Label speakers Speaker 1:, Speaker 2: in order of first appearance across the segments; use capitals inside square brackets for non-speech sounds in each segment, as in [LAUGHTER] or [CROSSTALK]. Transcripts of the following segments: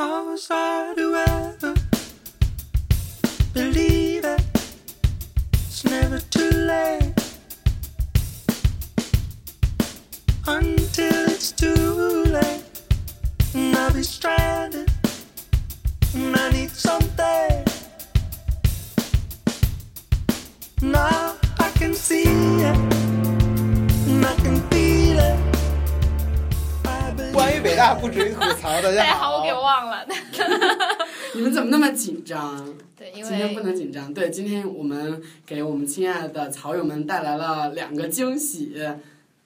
Speaker 1: else I do ever believe it. It's never too late until it's too late. And I'll be stranded and I need something. Now I can see it and I can feel it. I
Speaker 2: 关
Speaker 1: believe
Speaker 2: 于北大不止于吐槽，大
Speaker 3: 大
Speaker 2: 家
Speaker 3: 家哎啊好，我给忘
Speaker 4: [LAUGHS]
Speaker 3: 了。
Speaker 4: 你们怎么那么紧张？
Speaker 3: 对，因
Speaker 4: 今天不
Speaker 3: 为
Speaker 4: 能紧张。对，今天我们给我们亲爱的草友们带来了两个惊喜，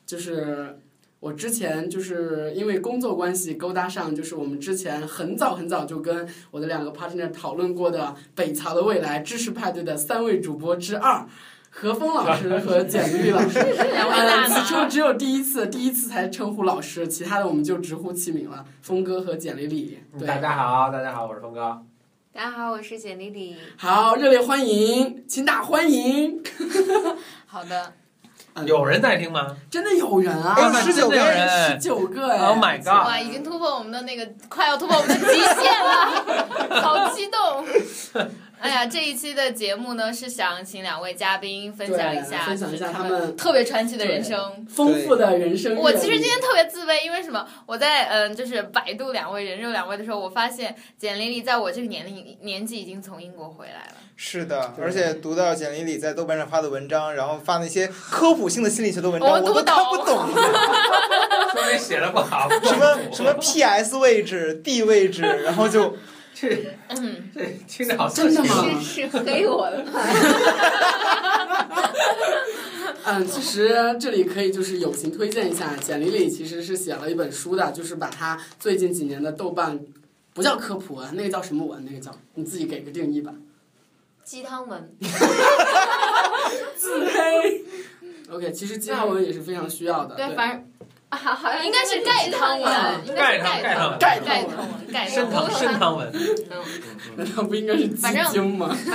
Speaker 4: 就是我之前就是因为工作关系勾搭上，就是我们之前很早很早就跟我的两个 partner 讨论过的北曹的未来知识派对的三位主播之二。何峰老师和简历老师，
Speaker 3: [LAUGHS] 两位
Speaker 4: 呃， [LAUGHS]
Speaker 3: 大
Speaker 4: 此处
Speaker 3: 拿，
Speaker 4: 只有第一次，第一次才称呼老师，其他的我们就直呼其名了，峰哥和简丽丽。对，
Speaker 5: 嗯大家好，大家好，我是峰哥。
Speaker 6: 大家好，我是简丽丽。
Speaker 4: 好，热烈欢迎，请打欢迎！
Speaker 3: 好的，
Speaker 4: 嗯
Speaker 5: [LAUGHS] 有人在听吗
Speaker 4: 真的有人
Speaker 2: 哎
Speaker 4: 啊
Speaker 2: 呦，
Speaker 5: 真的有
Speaker 4: 十
Speaker 5: 人
Speaker 4: 九个哎
Speaker 5: ？Oh my
Speaker 3: 哇，
Speaker 5: god！
Speaker 3: 已经突破我们的那个，快要突破我们的极限了， [LAUGHS] 好激动！哎呀，这一期的节目呢，是想请两位嘉宾分享一
Speaker 4: 对
Speaker 3: 下，
Speaker 4: 分享一
Speaker 3: 就是
Speaker 4: 下
Speaker 3: 他
Speaker 4: 他们
Speaker 3: 特别传奇的人生。
Speaker 4: 丰富的人生阅历。
Speaker 3: 我其实今天特别自卑，因为什么？我在嗯，就是百度两位、人肉两位的时候，我发现简丽丽在我这个年龄年纪已经从英国回来了。
Speaker 2: 是的，
Speaker 4: 对
Speaker 2: 而且读到简历里在豆瓣上发的文章，然后发那些科普性的心理学的文章，
Speaker 3: 我
Speaker 2: 我
Speaker 3: 读
Speaker 2: 都
Speaker 3: 不懂
Speaker 2: 看不懂。
Speaker 3: [LAUGHS]
Speaker 5: 说明写的不 [LAUGHS] 好，
Speaker 2: 什么什么 PS 位置、D 位置，然后就
Speaker 5: 这
Speaker 3: 嗯，
Speaker 5: 这听着好色
Speaker 4: 真的
Speaker 5: 情
Speaker 4: 吗
Speaker 5: 啊
Speaker 6: 是是黑我了吗？
Speaker 4: 嗯，其实这里可以就是友情推荐一下，简丽丽其实是写了一本书的，就是把她最近几年的豆瓣，不叫科普文，那个叫什么文？那个叫你自己给个定义吧。
Speaker 6: 鸡汤文，
Speaker 4: 自卑。OK，其实鸡汤文也是非常需要的。
Speaker 6: 对，反正啊，好好像
Speaker 3: 应该是盖汤文，应该
Speaker 5: 盖
Speaker 3: 是盖
Speaker 5: 汤盖
Speaker 3: 汤
Speaker 5: 汤
Speaker 3: 文，
Speaker 4: 盖
Speaker 3: 盖
Speaker 4: 嗯汤文
Speaker 3: 汤文，盖汤
Speaker 5: 深
Speaker 6: 汤
Speaker 5: 藏
Speaker 3: 文。
Speaker 5: 深藏文，
Speaker 4: 难道不应该是鸡
Speaker 6: 反正
Speaker 4: 精吗？
Speaker 6: 反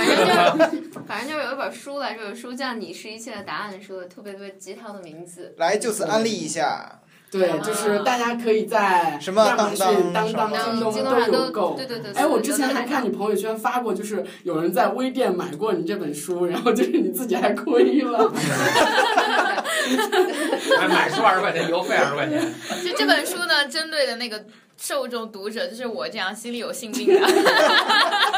Speaker 6: 正
Speaker 4: [LAUGHS]
Speaker 6: 就是，反正就是有一本书来，这本书叫《你是一切的答案》，说的特别特别鸡汤的名字。
Speaker 2: 来就此安利一下。
Speaker 4: 对，就是大家可以在
Speaker 2: 什么
Speaker 4: 亚马逊、
Speaker 2: 当
Speaker 4: 当
Speaker 2: 当
Speaker 4: 当、
Speaker 6: 京
Speaker 4: 京
Speaker 6: 东上
Speaker 4: 东
Speaker 6: 都
Speaker 4: 有购。
Speaker 6: 对对对。
Speaker 4: 哎，我之前还看你朋友圈发过，就是有人在微店买过你这本书，然后就是你自己还亏了。
Speaker 5: [LAUGHS] 哎，买书二十块钱，邮费二十块
Speaker 4: 嗯
Speaker 5: 钱，
Speaker 3: 就这本书呢，针对的那个受众读者，就是我这样心里有性病
Speaker 6: [LAUGHS]
Speaker 3: 的。
Speaker 4: [LAUGHS]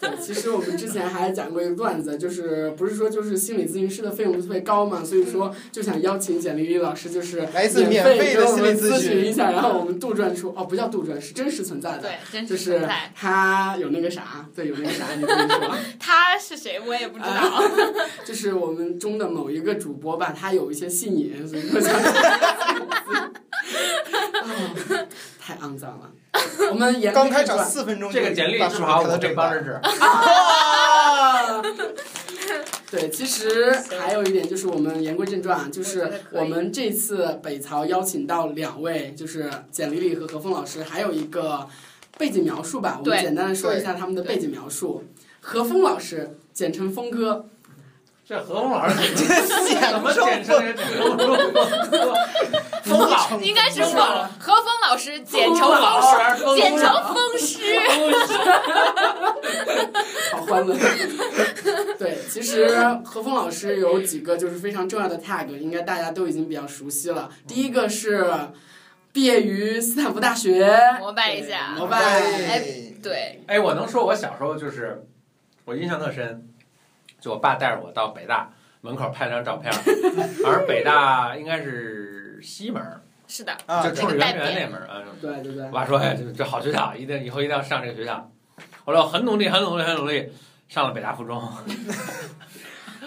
Speaker 4: 对，其实我们之前还讲过一个段子，就是不是说就是心理咨询师的费用特别高嘛，所以说就想邀请简丽丽老师，就是
Speaker 2: 来一次免费
Speaker 4: 费
Speaker 2: 的
Speaker 4: 给我
Speaker 2: 心理
Speaker 4: 们
Speaker 2: 咨
Speaker 4: 咨询
Speaker 2: 询
Speaker 4: 一下，然后我们杜撰出哦，不叫杜撰，是真实存在的。
Speaker 3: 对，真
Speaker 4: 就
Speaker 3: 实
Speaker 4: 是
Speaker 3: 存在。
Speaker 4: 他有那个啥，对，有那个啥，你跟我说。
Speaker 3: 他是谁我也不知道。
Speaker 4: 啊
Speaker 6: [LAUGHS]
Speaker 4: 就是我们中的某一个主播吧，他有一些性瘾，所以说想。啊太肮脏了，我们言归
Speaker 2: 刚开
Speaker 4: 正
Speaker 2: 场
Speaker 4: 传
Speaker 2: 四分钟就
Speaker 5: 这个简历
Speaker 2: 把
Speaker 5: 是
Speaker 2: 主
Speaker 5: 吧？
Speaker 2: 播看
Speaker 5: 我
Speaker 2: 到
Speaker 5: 这
Speaker 2: 这
Speaker 5: 帮
Speaker 2: 半 [LAUGHS]
Speaker 5: 日 [LAUGHS] 志，
Speaker 4: 啊。对，其实还有一点就是我们言归正传啊，就是我们这次北曹邀请到两位，就是简丽丽和何峰老师，还有一个背景描述吧，我们
Speaker 3: 对
Speaker 4: 简单的说一下他们的背景描述。何峰老师，简称峰哥，
Speaker 5: 这何峰老师
Speaker 2: 怎
Speaker 5: [LAUGHS] 怎么简称 [LAUGHS] 这风老
Speaker 3: 应该
Speaker 2: 是
Speaker 3: 是我
Speaker 2: 吧
Speaker 3: 何峰老师简称
Speaker 5: 老
Speaker 3: 风
Speaker 5: 师，
Speaker 3: 师，简
Speaker 5: 风
Speaker 3: 称风师。
Speaker 4: 好欢乐。 [LAUGHS] 对，其实何峰老师有几个就是非常重要的 tag，应该大家都已经比较熟悉了。第一个是毕业于斯坦福大学，
Speaker 3: 膜拜一下
Speaker 4: 对膜拜。
Speaker 3: 哎对，
Speaker 5: 哎，我能说我小时候就是，我印象特深，就我爸带着我到北大门口拍张照 [LAUGHS] 片儿，而北大应该是西门儿，
Speaker 3: 是的，
Speaker 2: 啊，
Speaker 5: 就
Speaker 2: 对
Speaker 5: 冲着圆明园那门儿啊。
Speaker 4: 对对对
Speaker 5: 我，爸说：“哎，这这好学校，一定以后一定要上这个学校。”我说：“我很努力，很努力，很努力，上了北大附中。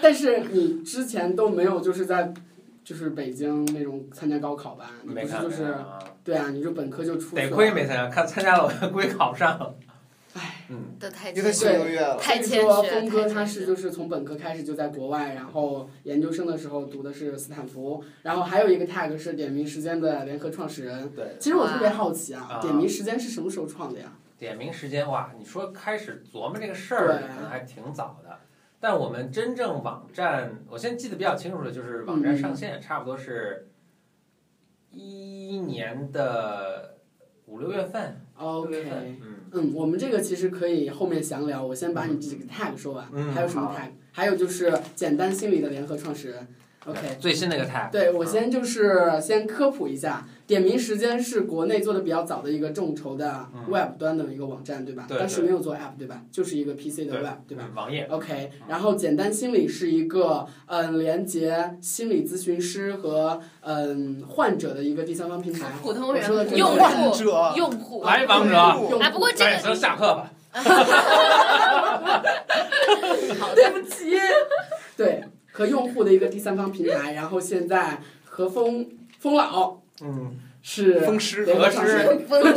Speaker 4: 但是你之前都没有就是在就是北京那种参加高考吧？你不
Speaker 5: 没
Speaker 4: 是
Speaker 5: 看，
Speaker 4: 就
Speaker 5: 没
Speaker 4: 是
Speaker 5: 看啊
Speaker 4: 对啊，你就本科就出去
Speaker 5: 得
Speaker 4: 了
Speaker 5: 亏没参加，看参加了我估计考不上。
Speaker 4: 唉，
Speaker 5: 嗯，
Speaker 3: 都太
Speaker 2: 有点
Speaker 4: 虚
Speaker 2: 心优越了。
Speaker 3: 太
Speaker 4: 所以
Speaker 3: 谦虚了。
Speaker 4: 说，峰
Speaker 3: 太
Speaker 4: 哥
Speaker 3: 谦
Speaker 4: 他
Speaker 3: 虚
Speaker 4: 是
Speaker 3: 了
Speaker 4: 就是从本科开始就在国外，然后研究生的时候读的是斯坦福，然后还有一个 tag 是点名时间的联合创始人。
Speaker 5: 对，
Speaker 4: 其实我特别好奇啊
Speaker 5: 哇，
Speaker 4: 点名时间是什么时候创的呀？
Speaker 5: 点名时间哇，你说开始琢磨这个事儿
Speaker 4: 对
Speaker 5: 可能还挺早的，但我们真正网站，我现在记得比较清楚的就是网站上
Speaker 4: 嗯
Speaker 5: 线也差不多是一一年的五六月份，六月
Speaker 4: OK，
Speaker 5: 份，嗯，
Speaker 4: 嗯，我们这个其实可以后面详聊，我先把你这个 tag 说完，
Speaker 5: 嗯
Speaker 4: 还有什么
Speaker 5: 好
Speaker 4: tag？还有就是简单心理的联合创始人，OK。
Speaker 5: 最新那个 tag，
Speaker 4: 对，我先就是先科普一下，点名时间是国内做的比较早的一个众筹的
Speaker 5: 嗯
Speaker 4: Web 端的一个网站，对吧？
Speaker 5: 对
Speaker 4: 当时
Speaker 5: 对嗯
Speaker 4: 没有做 App，对吧？就是一个 PC 的 Web，对吧？
Speaker 5: 网页，
Speaker 4: OK，然后简单心理是一个嗯连接心理咨询师和嗯患者的一个第三方平台。
Speaker 3: 普通人
Speaker 4: 我说的这个
Speaker 1: 用户
Speaker 2: 患者，
Speaker 1: 用户
Speaker 3: [LAUGHS]
Speaker 5: 来王者，
Speaker 2: 用户
Speaker 4: 用
Speaker 1: 啊，不过这
Speaker 5: 咱也
Speaker 1: 个
Speaker 5: 能下课吧？
Speaker 1: 好
Speaker 4: 对
Speaker 1: 的，
Speaker 4: 不起，对和用户的一个第三方平台。然后现在和风风老
Speaker 5: 嗯，
Speaker 4: 是
Speaker 2: 风湿
Speaker 4: 联合
Speaker 5: 和
Speaker 4: 创
Speaker 5: 湿
Speaker 4: 始人
Speaker 3: 嗯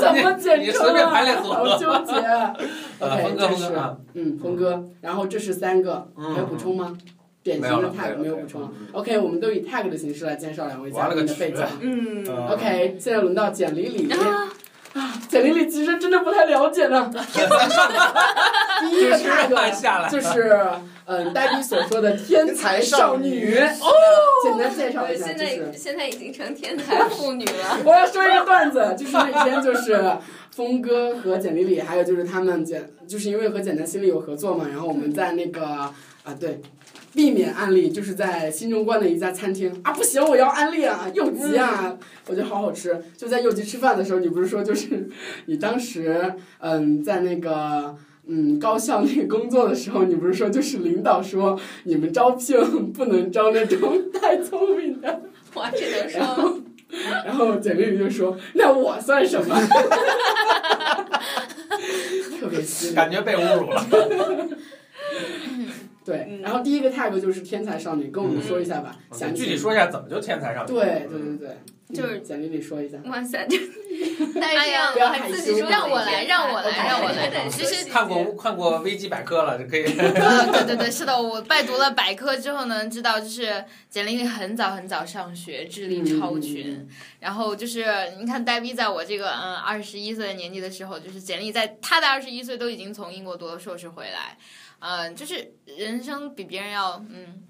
Speaker 4: 怎么
Speaker 5: 你
Speaker 4: 简
Speaker 5: 你
Speaker 4: 称
Speaker 5: 随便排列
Speaker 4: 啊？
Speaker 5: 组合
Speaker 4: [LAUGHS] 好纠结。啊
Speaker 5: [LAUGHS] 呃，
Speaker 4: OK，
Speaker 5: 峰哥，
Speaker 4: 这
Speaker 5: 峰哥
Speaker 4: 是
Speaker 5: 啊，
Speaker 4: 嗯峰哥，然后这是三个，
Speaker 5: 嗯
Speaker 4: 还有补充吗？典型
Speaker 5: 没有
Speaker 4: 的
Speaker 5: 了
Speaker 4: tag
Speaker 5: 没
Speaker 4: 没
Speaker 5: 有
Speaker 4: 有
Speaker 5: 了 [LAUGHS]
Speaker 4: 补充了
Speaker 5: 没有了。
Speaker 4: OK，我们都以 tag 的形式来介绍两位嘉
Speaker 5: 完了个啊
Speaker 4: 宾的背
Speaker 5: 曲
Speaker 4: 景。
Speaker 3: 嗯，
Speaker 2: 嗯
Speaker 4: OK，现在轮到简里里。
Speaker 3: [LAUGHS] 啊，
Speaker 4: 简历里其实真的不太了解呢。
Speaker 5: [LAUGHS]
Speaker 4: 第一个大
Speaker 5: 慢
Speaker 4: 哥
Speaker 5: 下来，
Speaker 4: 就是嗯，呆逼所说的天才少
Speaker 5: [LAUGHS]
Speaker 4: 女哦，简单介绍
Speaker 3: 我
Speaker 4: 一下，
Speaker 3: 现
Speaker 4: 就
Speaker 3: 在
Speaker 4: 是
Speaker 3: 现在已经成天才妇女了。
Speaker 4: [LAUGHS] 我要说一个段子，就是那天就是峰哥和简丽丽，还有就是他们简，就是因为和简单心理有合作嘛，然后我们在那个啊对。避免案例就是在新中关的一家餐厅啊，不行，我要安利啊，柚吉啊，我觉得好好吃。就在柚吉吃饭的时候，你不是说就是你当时嗯在那个嗯高校那个工作的时候，你不是说就是领导说你们招聘不能招那种太聪明的，
Speaker 3: 哇，这能
Speaker 4: 然
Speaker 3: 说吗？
Speaker 4: 后，然后简丽丽就说：“那我算什么？” [LAUGHS] 特别犀利。
Speaker 5: 感觉被侮
Speaker 4: [LAUGHS]
Speaker 5: 辱了。
Speaker 4: 对
Speaker 3: 嗯，
Speaker 4: 然后第一个 tag 就是天才少女，跟我们说一下吧，详
Speaker 5: 咱
Speaker 4: 细
Speaker 5: 具体。说一下怎么嗯哦就天才上去了
Speaker 4: 对对对对，
Speaker 3: 就是
Speaker 4: 嗯简丽丽说一下。
Speaker 3: 哇塞，这
Speaker 1: [LAUGHS] 哎呀
Speaker 3: 带
Speaker 1: 不
Speaker 4: 要
Speaker 3: 还
Speaker 4: 害
Speaker 3: 自己
Speaker 4: 羞
Speaker 3: 说
Speaker 1: 让我
Speaker 3: 自己
Speaker 1: 来，让我来，让我来。
Speaker 3: 对
Speaker 1: 其实嗯
Speaker 5: 看过看过维基百科了，就可
Speaker 4: [LAUGHS]
Speaker 5: 以。
Speaker 1: 啊， [LAUGHS] 对对对，是的，我拜读了百科之后呢，知道就是简玲玲很早很早上学，智力超群。
Speaker 5: 嗯
Speaker 1: 然后就是你看呆逼在我这个嗯二十一岁的年纪的时候，就是简历在他的二十一岁都已经从英国读了硕士回来，嗯、就是人生比别人要嗯，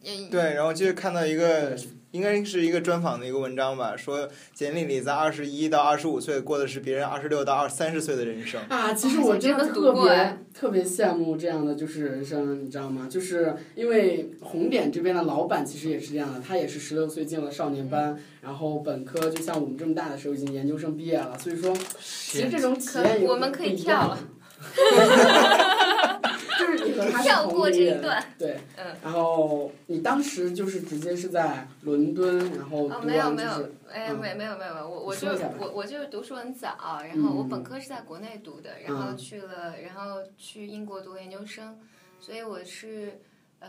Speaker 1: 也
Speaker 2: 对，然后就是看到一个，应该是一个专访的一个文章吧，说简历里在二十一到二十五岁过的是别人二十六到二三十岁的人生。
Speaker 4: 啊，其实我真的特别特别羡慕这样的就是人生，你知道吗？就是因为红点这边的老板其实也是这样的，他也是十六岁进了少年
Speaker 5: 嗯
Speaker 4: 班，然后本科就像我们这么大的时候已经研究生毕业了，所以说其实这种体验也
Speaker 3: 可我们可以
Speaker 4: 不一样
Speaker 3: 跳了，
Speaker 4: 就是你和他是
Speaker 3: 跳
Speaker 4: 同
Speaker 3: 过这一
Speaker 4: 龄
Speaker 3: 段。
Speaker 4: 对，
Speaker 3: 嗯，
Speaker 4: 然后你当时就是直接是在伦敦，然后
Speaker 3: 哦
Speaker 4: 读
Speaker 3: 没有
Speaker 4: 完
Speaker 3: 没
Speaker 4: 就
Speaker 3: 有
Speaker 4: 是嗯
Speaker 3: 哎呀，没没有没有没有，我我就
Speaker 4: 说一下吧
Speaker 3: 我我就是读书很早，然后我
Speaker 4: 嗯
Speaker 3: 本科是在国内读的，然后
Speaker 4: 嗯
Speaker 3: 去了，然后去英国读研究生，所以我是呃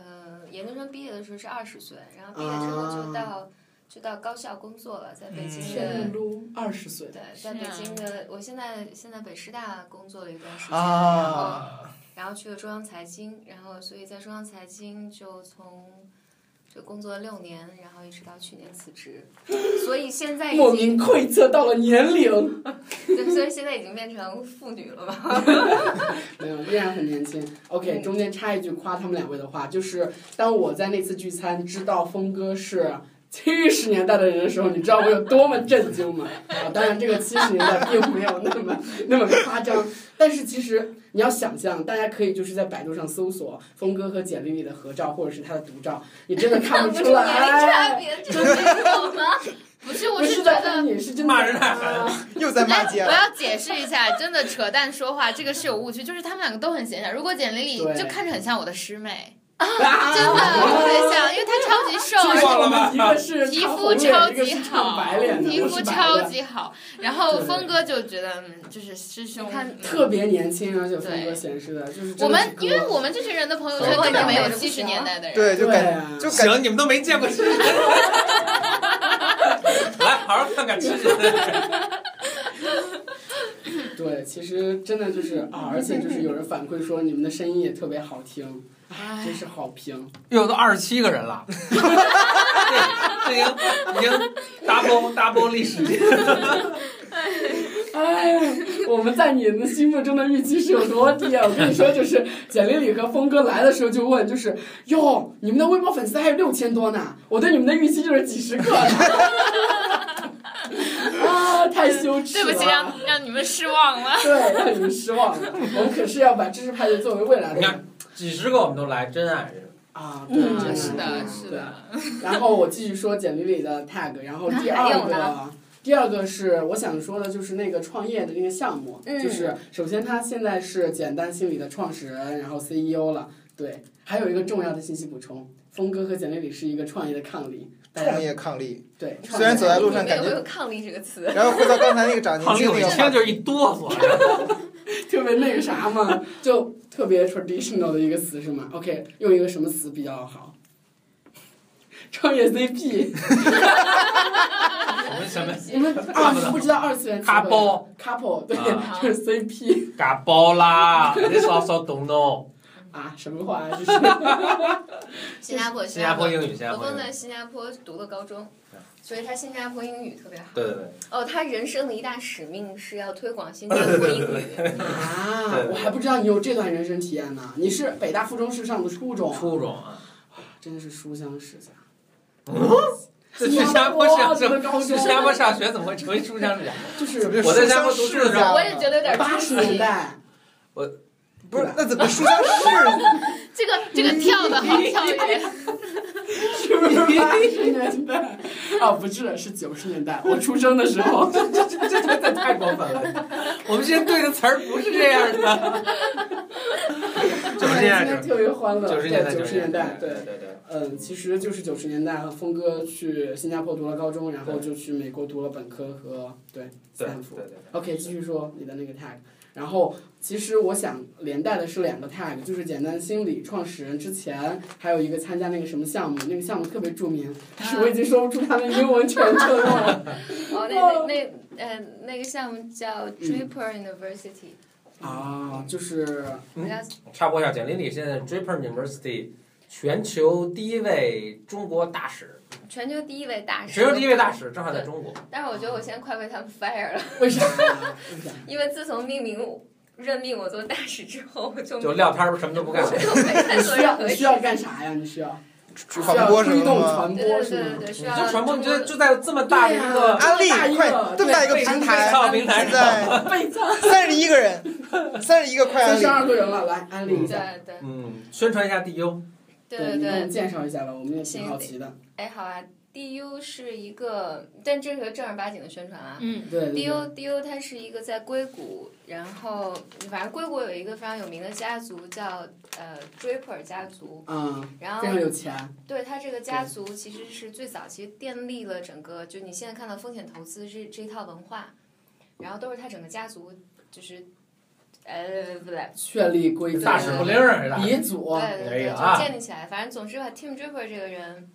Speaker 3: 研究生毕业的时候是二十岁，然后毕业之后就
Speaker 4: 啊
Speaker 3: 到就到高校工作了，在北京
Speaker 5: 天
Speaker 3: 的
Speaker 5: 嗯
Speaker 4: 路二十岁，
Speaker 3: 对，在
Speaker 1: 是
Speaker 3: 北
Speaker 1: 啊
Speaker 3: 京的我现在现在北师大工作了一段时间，然后
Speaker 2: 啊，
Speaker 3: 然后去了中央财经，然后所以在中央财经就从就工作了六年，然后一直到去年辞职，所以现在已
Speaker 4: 莫
Speaker 3: 经
Speaker 4: 名窥测到了年龄，
Speaker 3: 对，所以现在已经变成妇女了吧？
Speaker 4: 没有，依然很年轻。OK，
Speaker 3: 嗯
Speaker 4: 中间插一句夸他们两位的话，就是当我在那次聚餐知道峰哥是。七十年代的人的时候，你知道我有多么震惊吗？啊，当然这个七十年代并没有那么那么夸张，但是其实你要想象，大家可以就是在百度上搜索峰哥和简丽丽的合照或者是他的独照，你真的看
Speaker 1: 啊
Speaker 3: 看
Speaker 4: 不
Speaker 3: 不
Speaker 4: 出
Speaker 1: [LAUGHS]
Speaker 3: 出年龄差
Speaker 4: 来。哎
Speaker 3: 别，这个没有吗？
Speaker 1: 哎不是，我
Speaker 4: 不
Speaker 1: 是
Speaker 4: 是
Speaker 1: 觉
Speaker 4: 在
Speaker 1: 得
Speaker 4: 恨你，是真的
Speaker 5: 骂人太
Speaker 4: 啊
Speaker 2: 又在骂街
Speaker 1: 哎我
Speaker 2: 了。
Speaker 1: 要解释一下，真的扯淡说话，这个是有误区，就是他们两个都很闲暇。如果简历里
Speaker 4: 对
Speaker 1: 就看着很像我的师 [LAUGHS] 妹，
Speaker 4: 啊
Speaker 1: 真的特别像，因为她超级瘦，
Speaker 4: 就
Speaker 1: 而
Speaker 4: 是
Speaker 1: 且
Speaker 5: 忘
Speaker 4: 我
Speaker 5: 了吧
Speaker 4: 们一个是
Speaker 1: 皮
Speaker 4: 唱
Speaker 1: 肤
Speaker 4: 红脸
Speaker 1: 超
Speaker 4: 一个
Speaker 1: 级
Speaker 4: 是唱
Speaker 1: 好
Speaker 4: 白脸，的，
Speaker 1: 皮
Speaker 4: 我
Speaker 1: 肤
Speaker 4: 是白
Speaker 1: 超
Speaker 4: 的
Speaker 1: 级好。然后
Speaker 4: 对
Speaker 1: 峰哥就觉得，嗯，就是师兄，
Speaker 3: 看
Speaker 1: 嗯
Speaker 4: 特别年轻，而且风格
Speaker 1: 对
Speaker 4: 显示的就是真的
Speaker 1: 我们
Speaker 4: 是，哥
Speaker 1: 因为我们这群人的朋友圈根本没有七十年代的人。
Speaker 2: 对，就
Speaker 4: 对
Speaker 2: 感
Speaker 4: 啊，
Speaker 2: 就感
Speaker 5: 行，你们都没见过世人，来好好看看世人。
Speaker 4: 对，其实真的就是
Speaker 1: [LAUGHS]
Speaker 4: 啊，而且就是有人反馈说你们的声音也特别好听，
Speaker 1: 唉
Speaker 4: 真是好评。
Speaker 5: 又都二十七个人了，这已经已经 double double 历史记录
Speaker 4: 哎，我们在你们心目中的预期是有多低啊？我跟你说，就是简丽丽和峰哥来的时候就问，就是哟，你们的微博粉丝还有六千多呢，我对你们的预期就是几十个。啊，啊，太羞耻
Speaker 1: 对
Speaker 4: 了。
Speaker 1: 不起，让让你们失望了。
Speaker 4: 对，让你们失望了。我们可是要把知识派对作为未来
Speaker 5: 你看
Speaker 4: 的
Speaker 5: 几十个我们都来，真爱人。
Speaker 4: 啊，对，
Speaker 1: 嗯，
Speaker 4: 真
Speaker 1: 是的，
Speaker 4: 嗯
Speaker 1: 是
Speaker 4: 对
Speaker 1: 的。
Speaker 4: 然后我继续说简历里的 tag，然后第二
Speaker 3: 还有
Speaker 4: 个
Speaker 3: 呢。
Speaker 4: 第二个是我想说的，就是那个创业的那个项目，
Speaker 3: 嗯
Speaker 4: 就是首先他现在是简单心理的创始人，然后 CEO 了，对。还有一个重要的信息补充，峰哥和简历里是一个创业的伉俪，大家
Speaker 2: 创业伉俪。
Speaker 4: 对，
Speaker 2: [LAUGHS]
Speaker 4: 创
Speaker 2: 虽然
Speaker 4: 业
Speaker 2: 走在路
Speaker 4: 伉俪
Speaker 2: 上
Speaker 3: 你
Speaker 2: 感
Speaker 3: 们有没
Speaker 2: 觉，
Speaker 3: 有“伉俪”这个词？
Speaker 2: 然后回到刚才那个
Speaker 4: 啊
Speaker 2: 长
Speaker 5: 唐
Speaker 2: 年
Speaker 5: 丽，
Speaker 2: 经那
Speaker 5: 我一
Speaker 2: 个
Speaker 5: 听
Speaker 2: 话
Speaker 5: 就
Speaker 2: 题，
Speaker 5: 是一哆嗦。
Speaker 4: [LAUGHS] 特别那个啥嘛，就特别 traditional 的一个词是吗？OK，用一个什么词比较好？ [LAUGHS] 创业 CP，
Speaker 5: 我们什么
Speaker 4: 我们啊，你不知道二次元词汇
Speaker 5: Couple
Speaker 4: couple 对，
Speaker 5: 啊
Speaker 4: 就是 CP
Speaker 5: 嘎包啦？你少少懂懂。
Speaker 4: 啊，什么话啊？ [LAUGHS] 这是
Speaker 3: 新加坡，
Speaker 5: 新加坡英语，新加
Speaker 3: 我
Speaker 5: 坡
Speaker 3: 峰
Speaker 5: 英语。
Speaker 3: 在新加坡读的高中
Speaker 5: 对，
Speaker 3: 所以他新加坡英语特别好。
Speaker 5: 对对对，
Speaker 3: 哦，他人生的一大使命是要推广新加坡英语。
Speaker 4: 啊
Speaker 5: 对，
Speaker 4: 我还不知道你有这段人生体验呢。你是北大附中是上的初中，
Speaker 5: 初中啊，
Speaker 4: 真的是书香世家。
Speaker 5: 这去新加坡上
Speaker 4: 新加坡的高
Speaker 5: 去
Speaker 4: 中
Speaker 5: 新加坡上学怎么会成为书香世家？
Speaker 4: 就是
Speaker 2: 就
Speaker 5: 我在
Speaker 2: 书
Speaker 5: 家
Speaker 2: 香
Speaker 5: 不读
Speaker 2: 世
Speaker 5: 书的时
Speaker 2: 家
Speaker 3: 我也觉得有点
Speaker 4: 八十年
Speaker 3: 出
Speaker 4: 代。
Speaker 2: 不是，那怎么书香世？
Speaker 1: 这个这个跳的好跳
Speaker 3: [LAUGHS]
Speaker 1: 跃，
Speaker 3: 哎
Speaker 4: 是不是八十年代？啊，不是，是九十年代，我出生的时候。
Speaker 5: 这这太过分了。 [LAUGHS] 我们现在对的词儿不是这样的。 [LAUGHS] 九十
Speaker 4: 今
Speaker 5: 年代
Speaker 4: 天，特别欢乐，
Speaker 5: 九十年代，
Speaker 4: 对九十年代，对。
Speaker 5: 对对。
Speaker 4: 嗯，其实就是九十年代，峰哥去新加坡读了高中，然后就去美国读了本科和对斯
Speaker 5: 对
Speaker 4: 坦福
Speaker 5: 对。对
Speaker 4: OK，继续说你的那个 tag。然后，其实我想连带的是两个 tag，就是简单心理创始人之前，还有一个参加那个什么项目，那个项目特别著名，但是我已经说不出它的英文全称了。
Speaker 3: 哦，那那那呃，那个项目叫
Speaker 5: 嗯
Speaker 3: Draper University，
Speaker 4: 啊，就是
Speaker 5: 嗯
Speaker 3: 我要
Speaker 5: 插播一下，简历里现在 Draper University 全球第一位中国大使，
Speaker 3: 全球第一位大师。
Speaker 5: 全球第一位大使正好在中国。
Speaker 3: 但是我觉得我现在快被他们 fire 了，[LAUGHS]
Speaker 4: 为啥呀？为啥？
Speaker 3: 因为自从命名我任命我做大使之后，我就
Speaker 5: 就撂摊儿什么都不干
Speaker 3: 我，就没再做
Speaker 4: 需
Speaker 3: 任
Speaker 4: 要
Speaker 3: 何
Speaker 4: 你需
Speaker 3: 事。
Speaker 4: 要干啥呀？你需要
Speaker 2: 去
Speaker 4: 需
Speaker 2: 传
Speaker 4: 要
Speaker 2: 播什
Speaker 4: 推
Speaker 2: 么的
Speaker 4: 动
Speaker 2: 吗？
Speaker 4: 传
Speaker 3: 对
Speaker 4: 播
Speaker 3: 对
Speaker 4: 是
Speaker 3: 对
Speaker 4: 吗？
Speaker 3: 对，需
Speaker 5: 你
Speaker 3: 要
Speaker 5: 就传播，你就
Speaker 3: 中
Speaker 5: 就在这么大的一个
Speaker 2: 安利
Speaker 4: 大一个
Speaker 2: 快这么大一个
Speaker 5: 被
Speaker 2: 平
Speaker 5: 被
Speaker 2: 台，
Speaker 5: 造平台
Speaker 2: 现
Speaker 5: 上，
Speaker 2: 在
Speaker 4: 被赞
Speaker 2: 三十一个人，三十一个快安
Speaker 4: 三
Speaker 2: 利
Speaker 4: 十，二个人了，来安利一下。嗯
Speaker 3: 对对
Speaker 5: 嗯，宣传一下 DU，
Speaker 3: 对对
Speaker 4: 你给我们
Speaker 3: 对，
Speaker 4: 介绍一下吧，我们也挺好奇的。
Speaker 3: 哎，好啊，DU 是一个，但这是个正儿八经的宣传啊。
Speaker 1: 嗯，
Speaker 4: 对对对
Speaker 3: DO DO 它是一个在硅谷，然后反正硅谷有一个非常有名的家族叫呃 Draper 家族，
Speaker 4: 嗯，
Speaker 3: 然后
Speaker 4: 非常有钱。
Speaker 3: 对它这个家族其实是最早其实建立了整个就你现在看到风险投资这这一套文化，然后都是它整个家族就是呃不对
Speaker 4: 绚丽归
Speaker 5: 大
Speaker 3: 使
Speaker 5: 使
Speaker 4: 真
Speaker 5: 不灵儿还是大使？
Speaker 4: 鼻祖。
Speaker 3: 对
Speaker 5: 哎
Speaker 3: 对对，
Speaker 5: 呀
Speaker 3: 就建立起来。反正总之吧，Tim Draper 这个人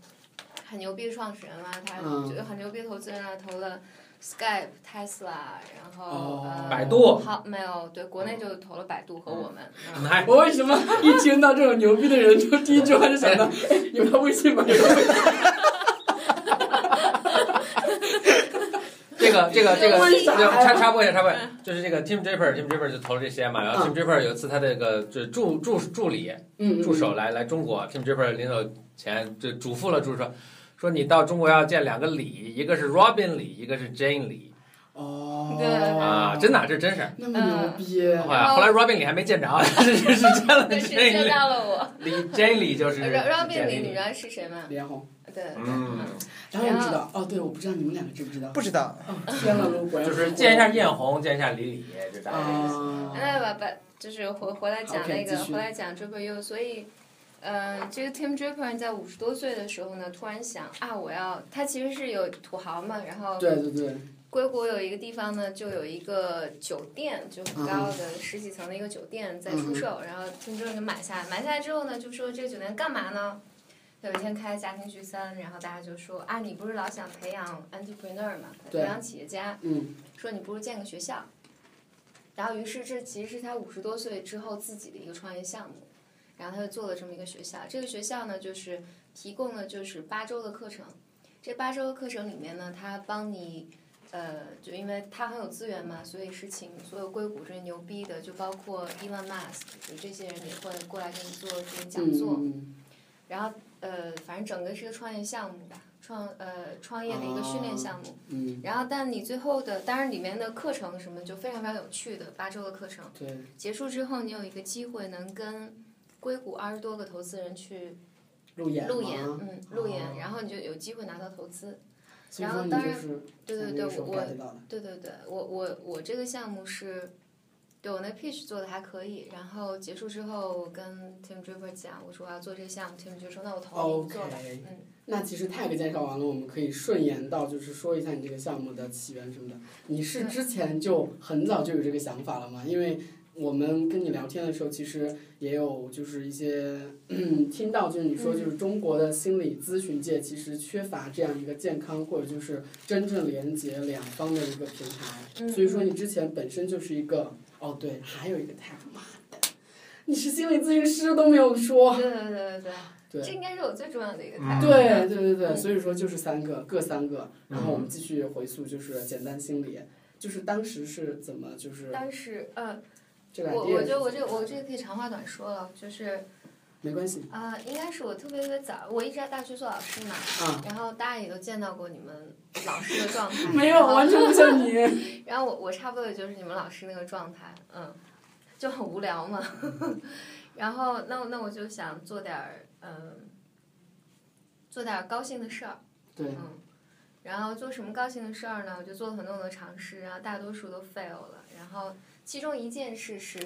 Speaker 3: 很牛逼的创始人嘛，他
Speaker 4: 嗯
Speaker 3: 就很牛逼的投资人啊，投了 Skype、Tesla，然后、
Speaker 4: 哦
Speaker 3: 呃
Speaker 5: 百度嗯
Speaker 3: 好没有对，国内就投了百度和我们。啊
Speaker 5: 你们还
Speaker 4: [LAUGHS] 我为什么一听到这种牛逼的人，就第一句话
Speaker 3: [LAUGHS]
Speaker 4: 就想到，哎，有他微信吗？有他微信
Speaker 5: 这个这个这个
Speaker 4: 为啥呀
Speaker 5: 插插播一下插播一下，就是这个 Tim Draper Tim Draper 就投了这些嘛，然后
Speaker 4: 嗯
Speaker 5: Tim Draper 有一次他这个就助助助理
Speaker 4: 嗯，
Speaker 5: 助手来来中国，Tim Draper 临走前就嘱咐了助手，说你到中国要见两个李，一个是 Robin 李，一个是 Jane 李
Speaker 4: 哦。
Speaker 3: 对嗯
Speaker 5: 啊，真的这真是。
Speaker 4: 那么牛逼。
Speaker 5: 后来后来 Robin 李还没见着，啊 [LAUGHS] 是是是见了
Speaker 3: 哦但是见
Speaker 5: Jane
Speaker 3: 到了我
Speaker 5: 李，Jane 李就是
Speaker 3: ，Robin 里你知
Speaker 5: Jane
Speaker 3: 道是谁吗？
Speaker 4: 脸红，
Speaker 3: 对，
Speaker 5: 嗯，
Speaker 4: 当然知道。哦，对，我不知道你们两个知不知道。
Speaker 2: 不知道
Speaker 4: 哦，天了，路果然
Speaker 5: 就是见一下艳红，见一下李李，就大概这意思。
Speaker 4: 啊。
Speaker 3: 那把把就是回回来讲
Speaker 4: OK，
Speaker 3: 那个
Speaker 4: 继续
Speaker 3: 回来讲 Draper U，所以，呃，这个 Tim Draper 在五十多岁的时候呢，突然想啊，我要他其实是有土豪嘛，然后
Speaker 4: 对对对，
Speaker 3: 硅谷有一个地方呢，就有一个酒店，就很高的十几层的一个酒店在出售，然后 Tim Draper 就买下来，买下来之后呢，就说这个酒店干嘛呢？有一天开家庭聚餐，然后大家就说啊，你不是老想培养 entrepreneur 嘛，培
Speaker 4: 对
Speaker 3: 养企业家，
Speaker 4: 嗯，
Speaker 3: 说你不如建个学校。然后，于是这其实是他五十多岁之后自己的一个创业项目，然后他就做了这么一个学校。这个学校呢，就是提供的就是八周的课程。这八周的课程里面呢，他帮你，呃，就因为他很有资源嘛，所以是请所有硅谷这些牛逼的，就包括 Elon Musk，就这些人也会过来给你做这些讲座。
Speaker 4: 嗯
Speaker 3: 然后呃，反正整个是个创业项目吧，创呃创业的一个训练项目。
Speaker 4: 嗯，
Speaker 3: 然后，但你最后的，当然里面的课程什么就非常非常有趣的，八周的课程
Speaker 4: 对，
Speaker 3: 结束之后，你有一个机会能跟硅谷二十多个投资人去
Speaker 4: 路演
Speaker 3: 路
Speaker 4: 嘛
Speaker 3: 演，嗯，路
Speaker 4: 哦
Speaker 3: 演，然后你就有机会拿到投资。
Speaker 4: 所以
Speaker 3: 然后
Speaker 4: 说你
Speaker 3: 当
Speaker 4: 就
Speaker 3: 然
Speaker 4: 是
Speaker 3: 对对
Speaker 4: 从
Speaker 3: 对，
Speaker 4: 那个时
Speaker 3: 我
Speaker 4: 候
Speaker 3: 我
Speaker 4: get 到的，
Speaker 3: 对对对，我我我这个项目是，对我那 pitch 做的还可以，然后结束之后，我跟 Tim Draper 讲，我说我要做这个项目，Tim 就说那我投你做吧
Speaker 4: 哦 OK
Speaker 3: 嗯，
Speaker 4: 那其实 tag 介绍完了，我们可以顺延到就是说一下你这个项目的起源什么的。你是之前就很早就有这个想法了吗？因为我们跟你聊天的时候，其实也有就是一些 [CLEARS THROAT] 嗯听到，就是你说就是
Speaker 3: 嗯
Speaker 4: 中国的心理咨询界其实缺乏这样一个健康或者就是真正连接两方的一个平台，
Speaker 3: 嗯
Speaker 4: 所以说你之前本身就是一个哦对，还有一个 tag，妈的，你是心理咨询师都没有说，
Speaker 3: 对对对对
Speaker 4: 对
Speaker 3: 对，这应该是我最重要的一个
Speaker 5: 嗯
Speaker 3: tag
Speaker 4: 对对对对，
Speaker 3: 嗯
Speaker 4: 所以说就是三个，各三个，然后
Speaker 5: 嗯
Speaker 4: 我们继续回溯，就是简单心理，就是当时是怎么就是
Speaker 3: 当时，呃，
Speaker 4: 这个
Speaker 3: 我
Speaker 4: idea
Speaker 3: 我
Speaker 4: 是
Speaker 3: 觉得我这个
Speaker 4: 怎么
Speaker 3: 我这个可以长话短说了，就是
Speaker 4: 没关系
Speaker 3: 啊、呃应该是我特别特别早，我一直在大学做老师嘛，
Speaker 4: 啊，，
Speaker 3: 然后大家也都见到过你们老师的状态
Speaker 4: [LAUGHS] 没有
Speaker 3: 然后
Speaker 4: 完全不像
Speaker 3: [LAUGHS]
Speaker 4: 你，
Speaker 3: 然后我我差不多也就是你们老师那个状态，嗯，就很无聊嘛。
Speaker 4: 嗯
Speaker 3: [LAUGHS] 然后那我那我就想做点儿嗯，做点儿高兴的事儿，
Speaker 4: 对，
Speaker 3: 嗯。然后做什么高兴的事儿呢？我就做了很多很多尝试，然后大多数都 fail 了。然后其中一件事是，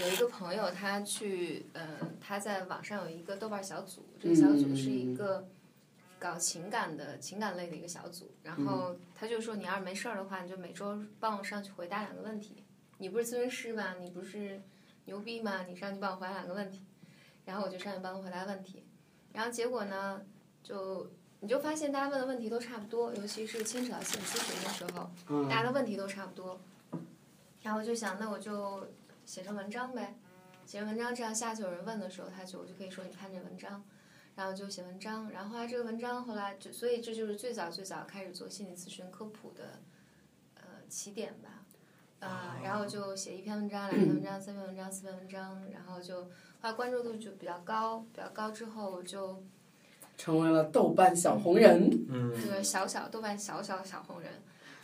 Speaker 3: 有一个朋友他去，呃，他在网上有一个豆瓣小组，这个小组是一个搞情感的情感类的一个小组。然后他就说，你要是没事儿的话，你就每周帮我上去回答两个问题。你不是咨询师吧？你不是牛逼吗？你上去帮我回答两个问题。然后我就上去帮他回答问题。然后结果呢，就你就发现大家问的问题都差不多，尤其是牵扯到心理咨询的时候。
Speaker 4: 嗯
Speaker 3: 大家的问题都差不多。然后我就想，那我就写成文章呗，写成文章，这样下次有人问的时候，他就我就可以说你看这文章，然后就写文章。然后后来这个文章后来就，所以这就是最早最早开始做心理咨询科普的，呃，起点吧。
Speaker 4: 哦
Speaker 3: 啊、然后就写一篇文章、两篇文章、三篇文章、四篇文章，然后就后来关注度就比较高，比较高之后我就
Speaker 4: 成为了豆瓣小红人，
Speaker 5: 嗯
Speaker 3: 这个小小豆瓣小小小红人，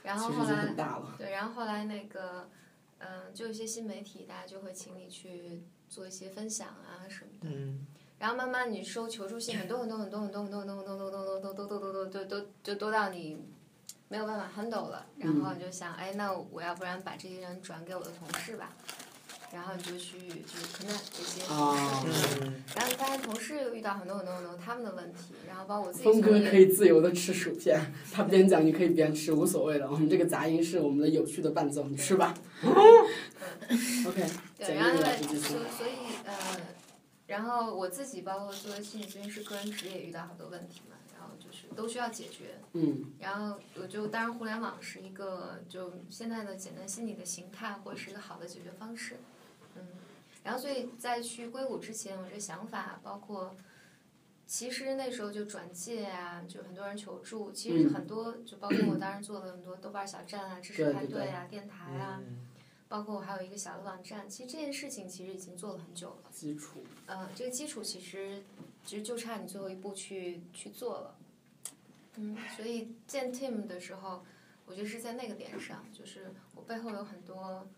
Speaker 3: 然后
Speaker 4: 其实
Speaker 3: 后
Speaker 4: 就
Speaker 3: 来
Speaker 4: 很大了，
Speaker 3: 对，然后后来那个，嗯、就有一些新媒体，大家就会请你去做一些分享啊什么的。
Speaker 2: 嗯，
Speaker 3: 然后慢慢你收求助信很多很多很多很多很多很多很多很多很多很多很多都都都都都就多到你没有办法 handle 了，然
Speaker 4: 嗯
Speaker 3: 后你就想，哎，那我要不然把这些人转给我的同事吧，然后你就去就是 connect 这些同
Speaker 4: 啊
Speaker 3: 事，
Speaker 2: 嗯，
Speaker 3: 然后你发现同事又遇到很多很多很多他们的问题，然后包括我自己
Speaker 4: 峰
Speaker 3: 从
Speaker 4: 哥
Speaker 3: 业
Speaker 4: 可以自由的吃薯片，他边讲你可以边吃，无所谓的，我们这个杂音是我们的有趣的伴奏，你吃吧。OK， [LAUGHS]
Speaker 3: 对，
Speaker 4: 简
Speaker 3: 然后
Speaker 4: 单
Speaker 3: 因
Speaker 4: 的
Speaker 3: 为
Speaker 4: 来这些
Speaker 3: 所所以呃，然后我自己包括作为心理咨询师个人职业遇到好多问题嘛，然后就是都需要解决。
Speaker 4: 嗯
Speaker 3: 然后我就当然互联网是一个就现在的简单心理的形态，或者是一个好的解决方式。嗯，然后所以在去硅谷之前，我这想法包括。其实那时候就转介啊，就很多人求助。其实
Speaker 4: 嗯
Speaker 3: 很多，就包括我当时做了很多豆瓣小站啊、知识
Speaker 4: 对
Speaker 3: 派
Speaker 4: 对
Speaker 3: 对
Speaker 4: 对嗯
Speaker 3: 啊、电台啊，包括我还有一个小的网站，其实这件事情其实已经做了很久了。
Speaker 4: 基础，
Speaker 3: 呃，这个基础其实其实就差你最后一步去去做了。嗯，所以建 team 的时候，我觉得是在那个点上，就是我背后有很多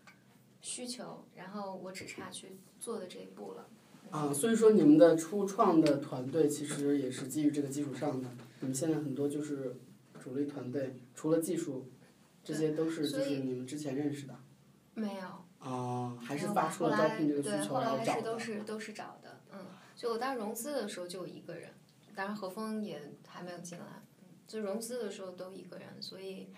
Speaker 3: 需求，然后我只差去做的这一步了。
Speaker 4: 啊，所以说你们的初创的团队其实也是基于这个基础上的。你们现在很多就是主力团队，除了技术，这些都是就
Speaker 3: 所以
Speaker 4: 是你们之前认识的
Speaker 3: 没有，
Speaker 4: 啊，还是
Speaker 3: 没有
Speaker 4: 发
Speaker 3: 吧
Speaker 4: 出
Speaker 3: 后
Speaker 4: 了招
Speaker 3: 来
Speaker 4: 聘这个需
Speaker 3: 对，
Speaker 4: 求
Speaker 3: 后
Speaker 4: 然后
Speaker 3: 来
Speaker 4: 找
Speaker 3: 是
Speaker 4: 的
Speaker 3: 都是都是找的，嗯，就我当时融资的时候就我一个人，当然何峰也还没有进来，嗯，就融资的时候都一个人，所以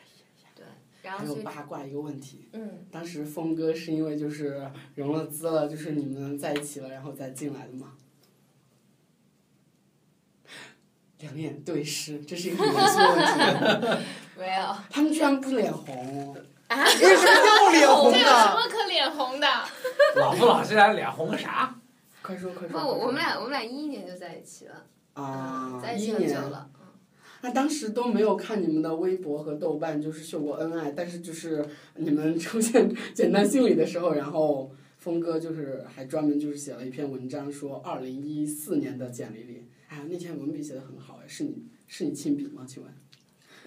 Speaker 4: 哎
Speaker 3: 对，然
Speaker 4: 还
Speaker 3: 后
Speaker 4: 有
Speaker 3: 所以
Speaker 4: 八卦一个问题，
Speaker 3: 嗯，
Speaker 4: 当时峰哥是因为就是融了资了，就是你们在一起了，然后再进来的吗？两眼对视，这是一个很严肃的问题。 [LAUGHS]
Speaker 3: 没有， [LAUGHS]
Speaker 4: 他们居然不脸红，
Speaker 2: 为什么又脸
Speaker 1: 哎这有
Speaker 2: 红
Speaker 1: 什
Speaker 2: 呢？
Speaker 1: 么可脸红的？
Speaker 5: [LAUGHS] 老不老实脸脸红个啥？
Speaker 4: 快说快
Speaker 3: 不，
Speaker 4: 说！
Speaker 3: 我我们
Speaker 4: 快说
Speaker 3: 俩我们俩一一年就在一起了，
Speaker 4: 啊
Speaker 3: 嗯，，在一
Speaker 4: 一
Speaker 3: 起很久
Speaker 4: 年
Speaker 3: 了，嗯，
Speaker 4: 那当时都没有看你们的微博和豆瓣，就是秀过恩爱，但是就是你们出现简单心理的时候，然后峰哥就是还专门就是写了一篇文章，说二零一四年的简历里，哎呀，那篇文笔写的很好哎，是你是你亲笔吗？请问？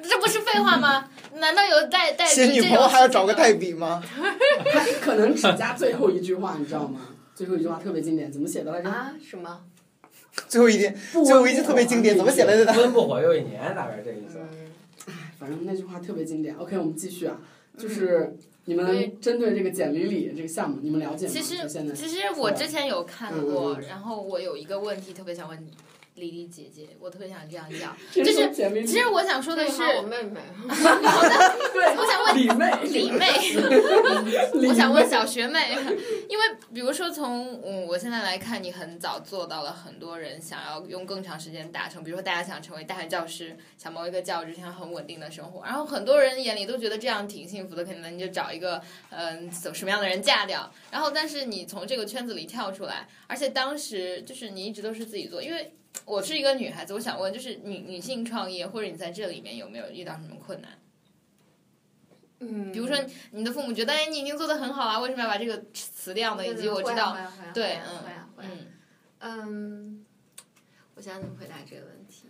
Speaker 1: 这不是废话
Speaker 3: [LAUGHS]
Speaker 1: 吗？难道有代代
Speaker 2: 写女朋友还要找个代笔吗？
Speaker 4: 他可能只加最后一句话，你知道吗？最后一句话特别经典，怎么写的来着？
Speaker 3: 啊？什么？
Speaker 2: 最后一点，
Speaker 4: 不啊
Speaker 2: 最后一句特别经典，怎么写来的？
Speaker 5: 温不火又一年，大概是这意思。
Speaker 3: 嗯，
Speaker 4: 反正那句话特别经典。OK，我们继续啊，
Speaker 1: 嗯
Speaker 4: 就是你们针对这个简历里这个项目，你们了解吗？
Speaker 1: 其实
Speaker 4: 就现在
Speaker 1: 其实我之前有看
Speaker 4: 嗯
Speaker 1: 过，
Speaker 4: 嗯
Speaker 1: 然后我有一个问题特别想问李丽姐姐，我特别想这样叫。
Speaker 4: 这
Speaker 1: 就是
Speaker 4: 是简历里，
Speaker 1: 其实我想说
Speaker 3: 说
Speaker 1: 的是，
Speaker 3: 我妹妹，
Speaker 4: 对，
Speaker 1: 我想问
Speaker 4: 李妹，
Speaker 1: 李妹，
Speaker 4: 李
Speaker 1: 我想
Speaker 4: 妹
Speaker 1: 问小学妹， [LAUGHS] 因为比如说从嗯我现在来看，你很早做到了很多人想要用更长时间达成，比如说大家想成为大学教师，想谋一个教职，想很稳定的生活，然后很多人眼里都觉得这样挺幸福的，可能你就找一个嗯走什么样的人嫁掉，然后但是你从这个圈子里跳出来，而且当时就是你一直都是自己做，因为。我是一个女孩子，我想问，就是女女性创业，或者你在这里面有没有遇到什么困难？
Speaker 3: 嗯，
Speaker 1: 比如说你的父母觉得，哎，你已经做得很好啊，为什么要把这个辞掉呢？以及我知道，
Speaker 3: 会啊，会啊
Speaker 1: 对
Speaker 3: 会啊会啊会啊
Speaker 1: 嗯，
Speaker 3: 嗯，我想怎么回答这个问题？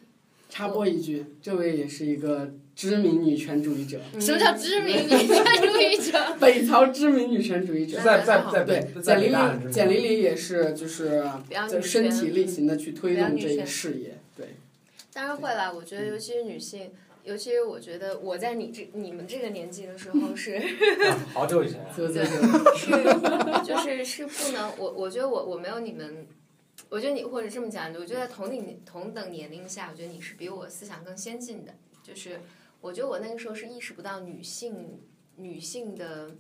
Speaker 4: 插播一句，这位也是一个知名女权主义者， [LAUGHS]
Speaker 3: 嗯
Speaker 1: 什么叫知名女权主义者？
Speaker 4: 北朝知名女权主义者
Speaker 5: 是。在在在
Speaker 4: 对
Speaker 5: 北，在
Speaker 4: 简历
Speaker 5: 北大的
Speaker 4: 里，
Speaker 5: 时
Speaker 4: 简
Speaker 5: 候
Speaker 4: 历里也是，就是
Speaker 3: 不要
Speaker 4: 就
Speaker 3: 女
Speaker 4: 身体
Speaker 3: 权
Speaker 4: 力行的去推
Speaker 3: 不要
Speaker 4: 动
Speaker 3: 女
Speaker 4: 这个
Speaker 3: 权
Speaker 4: 事业。对，
Speaker 3: 当然会啦，我觉得
Speaker 4: 嗯
Speaker 3: 尤其是女性，尤其是我觉得我在你这你们这个年纪的时 [LAUGHS] 候是
Speaker 5: 啊 [LAUGHS] 好久以前啊，
Speaker 4: 对对对。
Speaker 3: 是就是是不能，我我觉得我我没有你们，我觉得你或者这么讲，我觉得在同龄同等年龄下，我觉得你是比我思想更先进的，就是我觉得我那个时候是意识不到女性女性的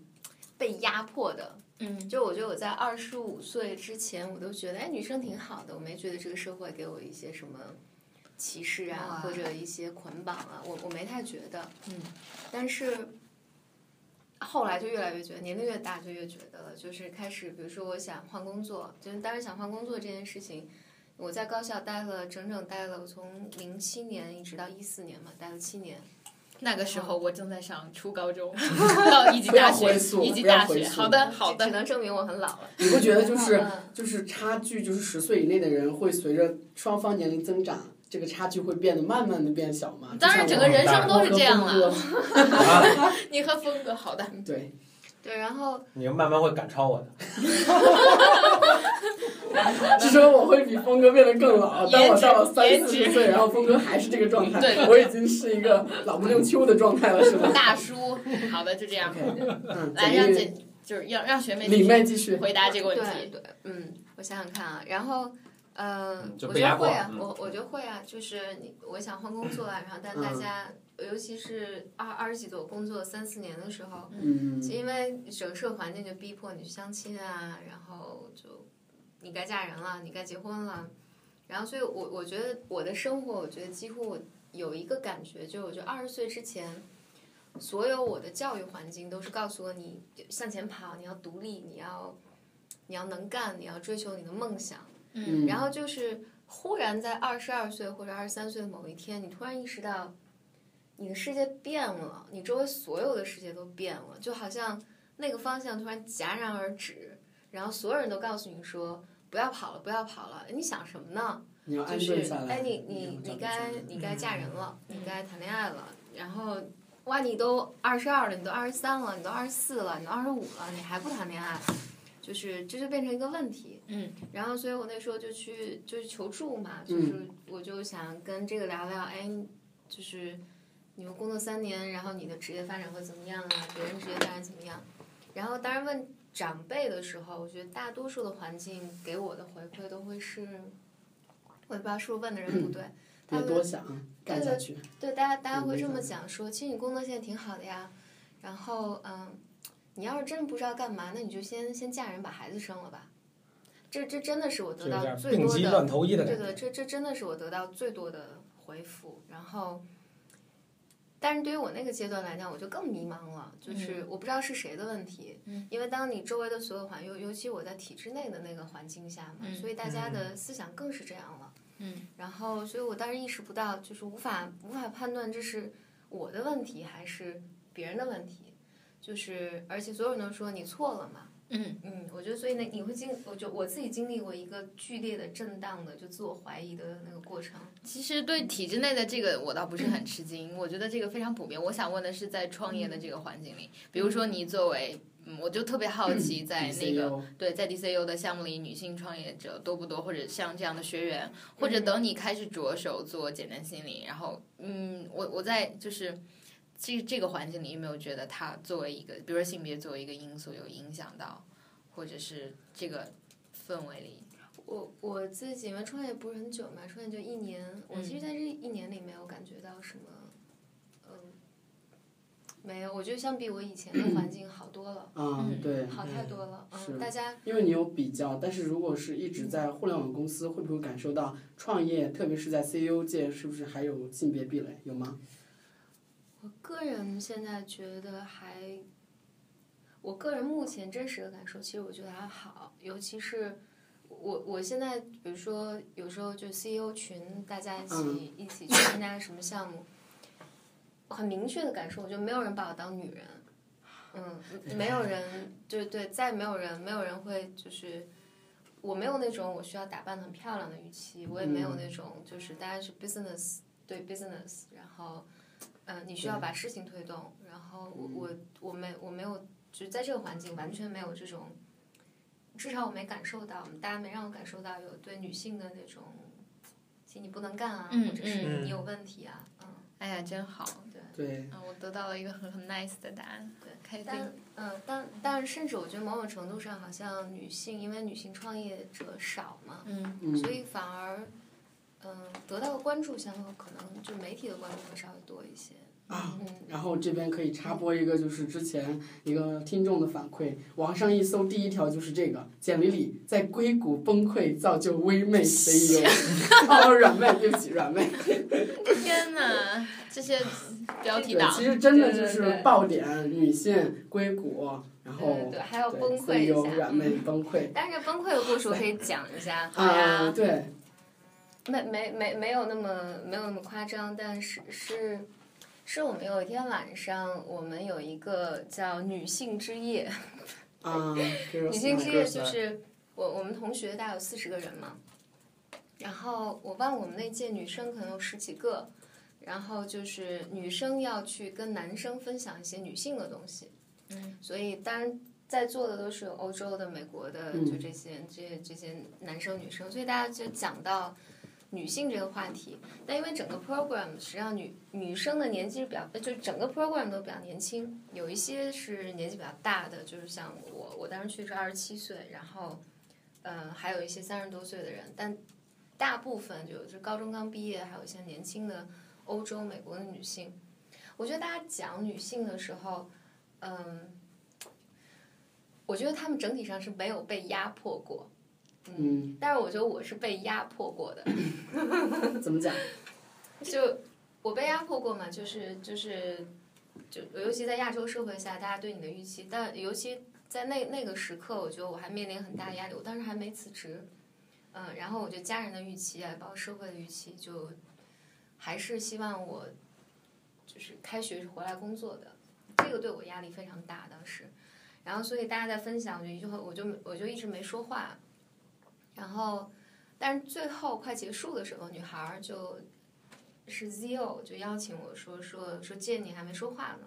Speaker 3: 被压迫的，
Speaker 1: 嗯，
Speaker 3: 就我觉得我在二十五岁之前，我都觉得哎，女生挺好的，我没觉得这个社会给我一些什么歧视啊，
Speaker 1: 哇
Speaker 3: 或者一些捆绑啊，我我没太觉得。
Speaker 1: 嗯，
Speaker 3: 但是后来就越来越觉得，年龄越大就越觉得了，就是开始，比如说我想换工作，就是当时想换工作这件事情，我在高校待了整整待了，我从零七年一直到一四年嘛，待了七年。
Speaker 1: 那个时候我正在上初高
Speaker 4: [LAUGHS]
Speaker 1: 中，到一级大
Speaker 4: 不要
Speaker 1: 学
Speaker 4: 回，溯
Speaker 1: 一级
Speaker 4: 不要
Speaker 1: 大
Speaker 4: 回
Speaker 1: 学。
Speaker 4: 溯
Speaker 1: 好的，好
Speaker 3: 只
Speaker 1: 的。
Speaker 3: 能证明我很老了。
Speaker 4: 你不觉得就是
Speaker 3: 嗯
Speaker 4: 就是差距，就是十岁以内的人会随着双方年龄增长，这个差距会变得慢慢的变小吗？
Speaker 1: 嗯当然，
Speaker 4: 就
Speaker 1: 整
Speaker 4: 像
Speaker 1: 个
Speaker 4: 我
Speaker 1: 人生都是这样
Speaker 4: 我
Speaker 1: 了。
Speaker 4: 和
Speaker 1: 你和峰哥，好的，
Speaker 4: 峰哥对，
Speaker 3: 对，然后
Speaker 5: 你们慢慢会赶超我的。
Speaker 4: 至少我会比峰哥变得更老。
Speaker 1: 颜值
Speaker 4: 当我到了三
Speaker 1: 颜
Speaker 4: 四
Speaker 1: 值
Speaker 4: 十岁，然后峰哥还是这个状态，
Speaker 1: 对
Speaker 4: 我已经是一个老不溜秋的状态了，是吧？
Speaker 1: 大叔，好的，就这样
Speaker 4: OK，。嗯，
Speaker 1: 来，
Speaker 4: 简
Speaker 1: 让
Speaker 4: 历
Speaker 1: 姐就是让让学妹
Speaker 4: 李妹继续。
Speaker 1: 回答这个问题。
Speaker 3: 对对，嗯，我想想看啊，然后。呃
Speaker 5: 嗯，就
Speaker 3: 我
Speaker 5: 被
Speaker 3: 觉得
Speaker 5: 压迫
Speaker 3: 会啊，
Speaker 5: 嗯
Speaker 3: 我我觉得会啊，就是你我想换工作啊，然后但
Speaker 4: 嗯
Speaker 3: 大家，尤其是二二十几岁我工作三四年的时候，
Speaker 4: 嗯，
Speaker 3: 因为整个社会环境就逼迫你去相亲啊，然后就你该嫁人了，你该结婚了，然后所以我我觉得我的生活，我觉得几乎我有一个感觉，就是我觉得二十岁之前，所有我的教育环境都是告诉我你向前跑，你要独立，你要你要能干，你要追求你的梦想。
Speaker 1: 嗯
Speaker 4: 嗯，
Speaker 3: 然后就是忽然在二十二岁或者二十三岁的某一天，你突然意识到，你的世界变了，你周围所有的世界都变了，就好像那个方向突然戛然而止，然后所有人都告诉你说不要跑了，不要跑了，你想什么呢？
Speaker 4: 你要安
Speaker 3: 就
Speaker 4: 顿
Speaker 3: 是
Speaker 4: 下来。
Speaker 3: 哎，你你你
Speaker 4: 要安顿下
Speaker 3: 该
Speaker 4: 来
Speaker 3: 你该嫁人了，
Speaker 1: 嗯
Speaker 3: 你该谈恋爱了，然后。哇，你都二十二了，你都二十三了，你都二十四了，你都二十五了，你还不谈恋爱，就是这就变成一个问题。
Speaker 1: 嗯，
Speaker 3: 然后所以我那时候就去就是求助嘛，
Speaker 4: 嗯
Speaker 3: 就是我就想跟这个聊聊，哎，就是你们工作三年，然后你的职业发展会怎么样啊？别人职业发展怎么样？然后当然问长辈的时候，我觉得大多数的环境给我的回馈都会是，我也不知道是不是问的人不
Speaker 5: [CLEARS THROAT]
Speaker 3: 对，他
Speaker 4: 别
Speaker 3: 们
Speaker 4: 多想，啊干下去。
Speaker 3: 对，大家大家
Speaker 4: 嗯
Speaker 3: 会
Speaker 4: 没
Speaker 3: 这
Speaker 4: 啥
Speaker 3: 么
Speaker 4: 的
Speaker 3: 讲说，其实你工作现在挺好的呀，然后嗯，你要是真不知道干嘛，那你就先先嫁人把孩子生了吧。这这真的是我得
Speaker 5: 就有
Speaker 3: 到
Speaker 5: 点
Speaker 3: 最
Speaker 5: 病
Speaker 3: 多
Speaker 5: 急
Speaker 3: 的，
Speaker 5: 乱投医的
Speaker 3: 对
Speaker 5: 感
Speaker 3: 的，
Speaker 5: 觉。
Speaker 3: 这这真的是我得到最多的回复。然后，但是对于我那个阶段来讲，我就更迷茫了，
Speaker 5: 嗯
Speaker 3: 就是我不知道是谁的问题。
Speaker 1: 嗯
Speaker 3: 因为当你周围的所有环，尤尤其我在体制内的那个环境下嘛，
Speaker 1: 嗯
Speaker 3: 所以大家的思想更是这样了。
Speaker 1: 嗯。
Speaker 3: 然后，所以我当时意识不到，就是无法无法判断这是我的问题还是别人的问题。就是，而且所有人都说你错了嘛。
Speaker 1: 嗯
Speaker 3: 嗯，我觉觉得，所以呢，你会经，我就我自己经历过一个剧烈的震荡的，就自我怀疑的那个过程。
Speaker 1: 其实对体制内的这个我倒不是很吃惊，我觉得这个非常普遍。我想问的是，在创业的这个环境里，比如说你作为，嗯，我就特别好奇，
Speaker 4: 嗯
Speaker 1: 在那个
Speaker 4: DCU
Speaker 1: 对在 DCU 的项目里，女性创业者多不多，或者像这样的学员，或者等你开始着手做简单心理，然后，嗯，我我在就是。这这个环境里，有没有觉得它作为一个，比如说性别作为一个因素，有影响到，或者是这个氛围里？
Speaker 3: 我我自己因为创业不是很久嘛，创业就一
Speaker 4: 嗯
Speaker 3: 年，我其实在这一年里没有感觉到什么，嗯、没有，我觉得相比我以前的环境好多了，
Speaker 4: 嗯，对，
Speaker 3: 好太多了，
Speaker 4: 是
Speaker 3: 嗯，大家
Speaker 4: 因为你有比较，但是如果是一直在互联网公司，会不会感受到创业，特别是在 CEO 界，是不是还有性别壁垒？有吗？
Speaker 3: 我个人现在觉得还，我个人目前真实的感受，其实我觉得还好，尤其是我我现在，比如说有时候就 CEO 群，大家一起、
Speaker 4: 嗯
Speaker 3: 一起去参加什么项目，我很明确的感受，我就没有人把我当女人，嗯，没有人，对对，再没有人，没有人会就是。我没有那种我需要打扮得很漂亮的预期，我也没有
Speaker 4: 嗯
Speaker 3: 那种就是大家是 business 对 business，然后嗯，你需要把事情推动，然后我我我没我没有，就是在这个环境完全没有这种，至少我没感受到，大家没让我感受到有对女性的那种，其实你不能干啊，
Speaker 1: 嗯
Speaker 3: 或者是
Speaker 2: 嗯
Speaker 3: 你有问题啊，嗯，
Speaker 1: 哎呀，真好。
Speaker 4: 对，
Speaker 1: 嗯，我得到了一个很很 nice 的答案，
Speaker 3: 对，
Speaker 1: 开心。
Speaker 3: 但嗯，但但甚至我觉得某种程度上，好像女性因为女性创业者少嘛，
Speaker 1: 嗯
Speaker 4: 嗯
Speaker 3: 所以反而嗯得到的关注相对可能就媒体的关注会稍微多一些，
Speaker 4: 啊，
Speaker 3: 嗯。
Speaker 4: 然后这边可以插播一个，就是之前一个听众的反馈，网上一搜第一条就是这个：简丽丽在硅谷崩溃，造就微妹 CEO。哦， [LAUGHS] 软妹，对不起，软妹。
Speaker 3: [LAUGHS]
Speaker 1: 天哪，这些标题
Speaker 4: 对，
Speaker 1: 党
Speaker 4: 其实真的就
Speaker 3: 对对
Speaker 4: 是
Speaker 3: 对
Speaker 4: 爆点，女性硅谷，
Speaker 3: 对
Speaker 4: 然
Speaker 3: 对
Speaker 4: 后
Speaker 3: 对，还要
Speaker 4: 对
Speaker 3: 崩溃一
Speaker 4: CEO
Speaker 3: 下。嗯
Speaker 4: 软妹崩溃。
Speaker 3: 但是崩溃的故事我可以讲一下，
Speaker 1: 好呀
Speaker 4: 啊，对，
Speaker 3: 没没没没有那么没有那么夸张，但是是是我们有一天晚上，我们有一个叫女性之夜，
Speaker 4: 啊，
Speaker 3: 女性之夜就
Speaker 4: girls night
Speaker 3: 是我我们同学大概有四十个人嘛，然后我忘了我们那届女生可能有十几个，然后就是女生要去跟男生分享一些女性的东西，
Speaker 1: 嗯，
Speaker 3: 所以当然。在座的都是欧洲的、美国的，
Speaker 4: 嗯
Speaker 3: 就这些、这些、这些男生、女生，所以大家就讲到女性这个话题。但因为整个 program 实际上女女生的年纪是比较，呃就整个 program 都比较年轻，有一些是年纪比较大的，就是像我，我当时去是二十七岁，然后，呃，还有一些三十多岁的人，但大部分就就是高中刚毕业，还有一些年轻的欧洲、美国的女性。我觉得大家讲女性的时候，嗯，我觉得她们整体上是没有被压迫过，
Speaker 4: 嗯，
Speaker 3: 但是我觉得我是被压迫过的。
Speaker 4: [LAUGHS]
Speaker 3: [LAUGHS]
Speaker 4: 怎么讲？
Speaker 3: 就我被压迫过嘛，就是就是，就尤其在亚洲社会下，大家对你的预期，但尤其在那那个时刻，我觉得我还面临很大的压力。我当时还没辞职，嗯，然后我觉得家人的预期啊，包括社会的预期，就还是希望我就是开学是回来工作的，这个对我压力非常大，当时。然后，所以大家在分享，我就一句话，我就我就一直没说话。然后，但是最后快结束的时候，女孩儿就是 Zio 就邀请我说说说借你还没说话呢，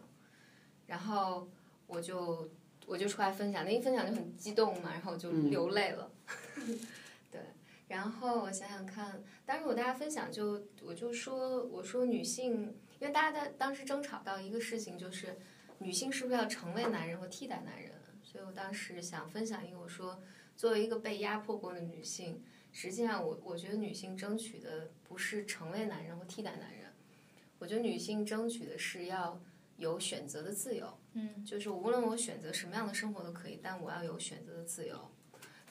Speaker 3: 然后我就我就出来分享，那一分享就很激动嘛，然后我就
Speaker 4: 嗯
Speaker 3: 流泪了， [LAUGHS] 对，然后我想想看，当时我大家分享就我就说我说女性，因为大家在当时争吵到一个事情就是女性是不是要成为男人或替代男人，啊所以我当时想分享一个我说作为一个被压迫过的女性。实际上我，我觉得女性争取的不是成为男人或替代男人，我觉得女性争取的是要有选择的自由。
Speaker 1: 嗯，
Speaker 3: 就是无论我选择什么样的生活都可以，但我要有选择的自由。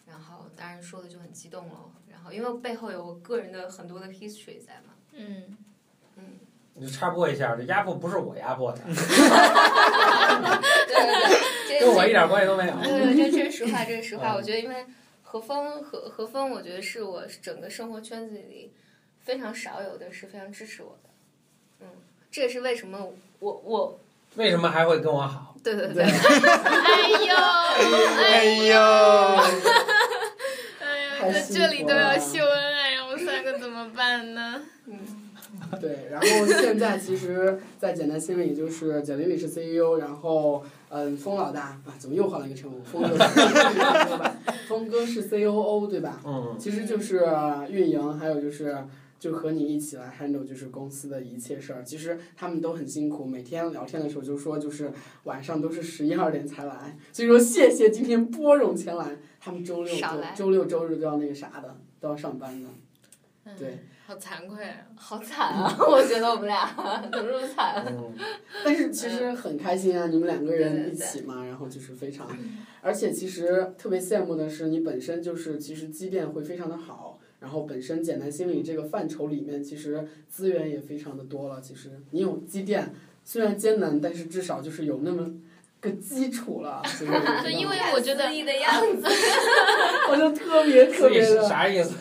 Speaker 3: 然后，当然说的就很激动了。然后，因为背后有我个人的很多的 history 在嘛， [LAUGHS]
Speaker 1: 嗯，
Speaker 3: 嗯，
Speaker 5: 你就插播一下，这压迫不是我压迫的，
Speaker 3: 对对对，嗯
Speaker 5: 跟我
Speaker 3: 这
Speaker 5: 一点关系都没有。
Speaker 3: 对对，这这是实话，这是实话。
Speaker 5: 嗯
Speaker 3: 我觉得，因为何峰何何峰，我觉得是我整个生活圈子里非常少有的是非常支持我的。嗯，这也是为什么我我
Speaker 1: [LAUGHS]
Speaker 5: 为什么还会跟我好？
Speaker 3: 对对对，
Speaker 1: 哎呦，
Speaker 2: 哎呦，
Speaker 4: 辛苦
Speaker 1: 这里都要
Speaker 4: 了
Speaker 1: 秀恩爱，让我们三个怎么办呢？
Speaker 4: 对，然后现在其实，在简单新闻里就是简历里是 CEO，然后嗯，风老大啊，怎么又换了一个称呼？风哥，风哥是 COO 对吧？
Speaker 5: 嗯，
Speaker 4: 其实就是运营，还有就是就和你一起来 handle 就是公司的一切事儿。其实他们都很辛苦，每天聊天的时候就说，就是晚上都是十一二点才来，所以说谢谢今天拨冗前来。他们周六周
Speaker 3: 少来
Speaker 4: 周六周日都要那个啥的，都要上班的。
Speaker 1: 嗯
Speaker 4: 对，
Speaker 1: 好惭愧啊！
Speaker 3: 好惨啊！我觉得我们俩 [LAUGHS] 怎么这么惨？
Speaker 5: 嗯
Speaker 1: [LAUGHS]
Speaker 4: 但是其
Speaker 1: 嗯
Speaker 4: 实很开心啊，你们两个人
Speaker 3: 对对
Speaker 4: 一起嘛，然后就是非常， [LAUGHS] 而且其实特别羡慕的是，你本身就是其实积淀会非常的好，然后本身简单心理这个范畴里面，其实资源也非常的多了。其实你有积淀，虽然艰难，但是至少就是有那么个基础了。所以我觉
Speaker 1: [LAUGHS]
Speaker 4: 得
Speaker 1: 对因为我觉得
Speaker 3: 肆意的样子，
Speaker 4: 我就特
Speaker 5: [LAUGHS]
Speaker 4: 别 [LAUGHS] 特
Speaker 5: 自己
Speaker 4: 别
Speaker 5: 是
Speaker 4: 的，
Speaker 5: 啥意思？ [LAUGHS]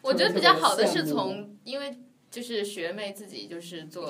Speaker 1: 我觉得比较好的是
Speaker 4: 特别羡
Speaker 1: 从，因为就是学妹自己就是做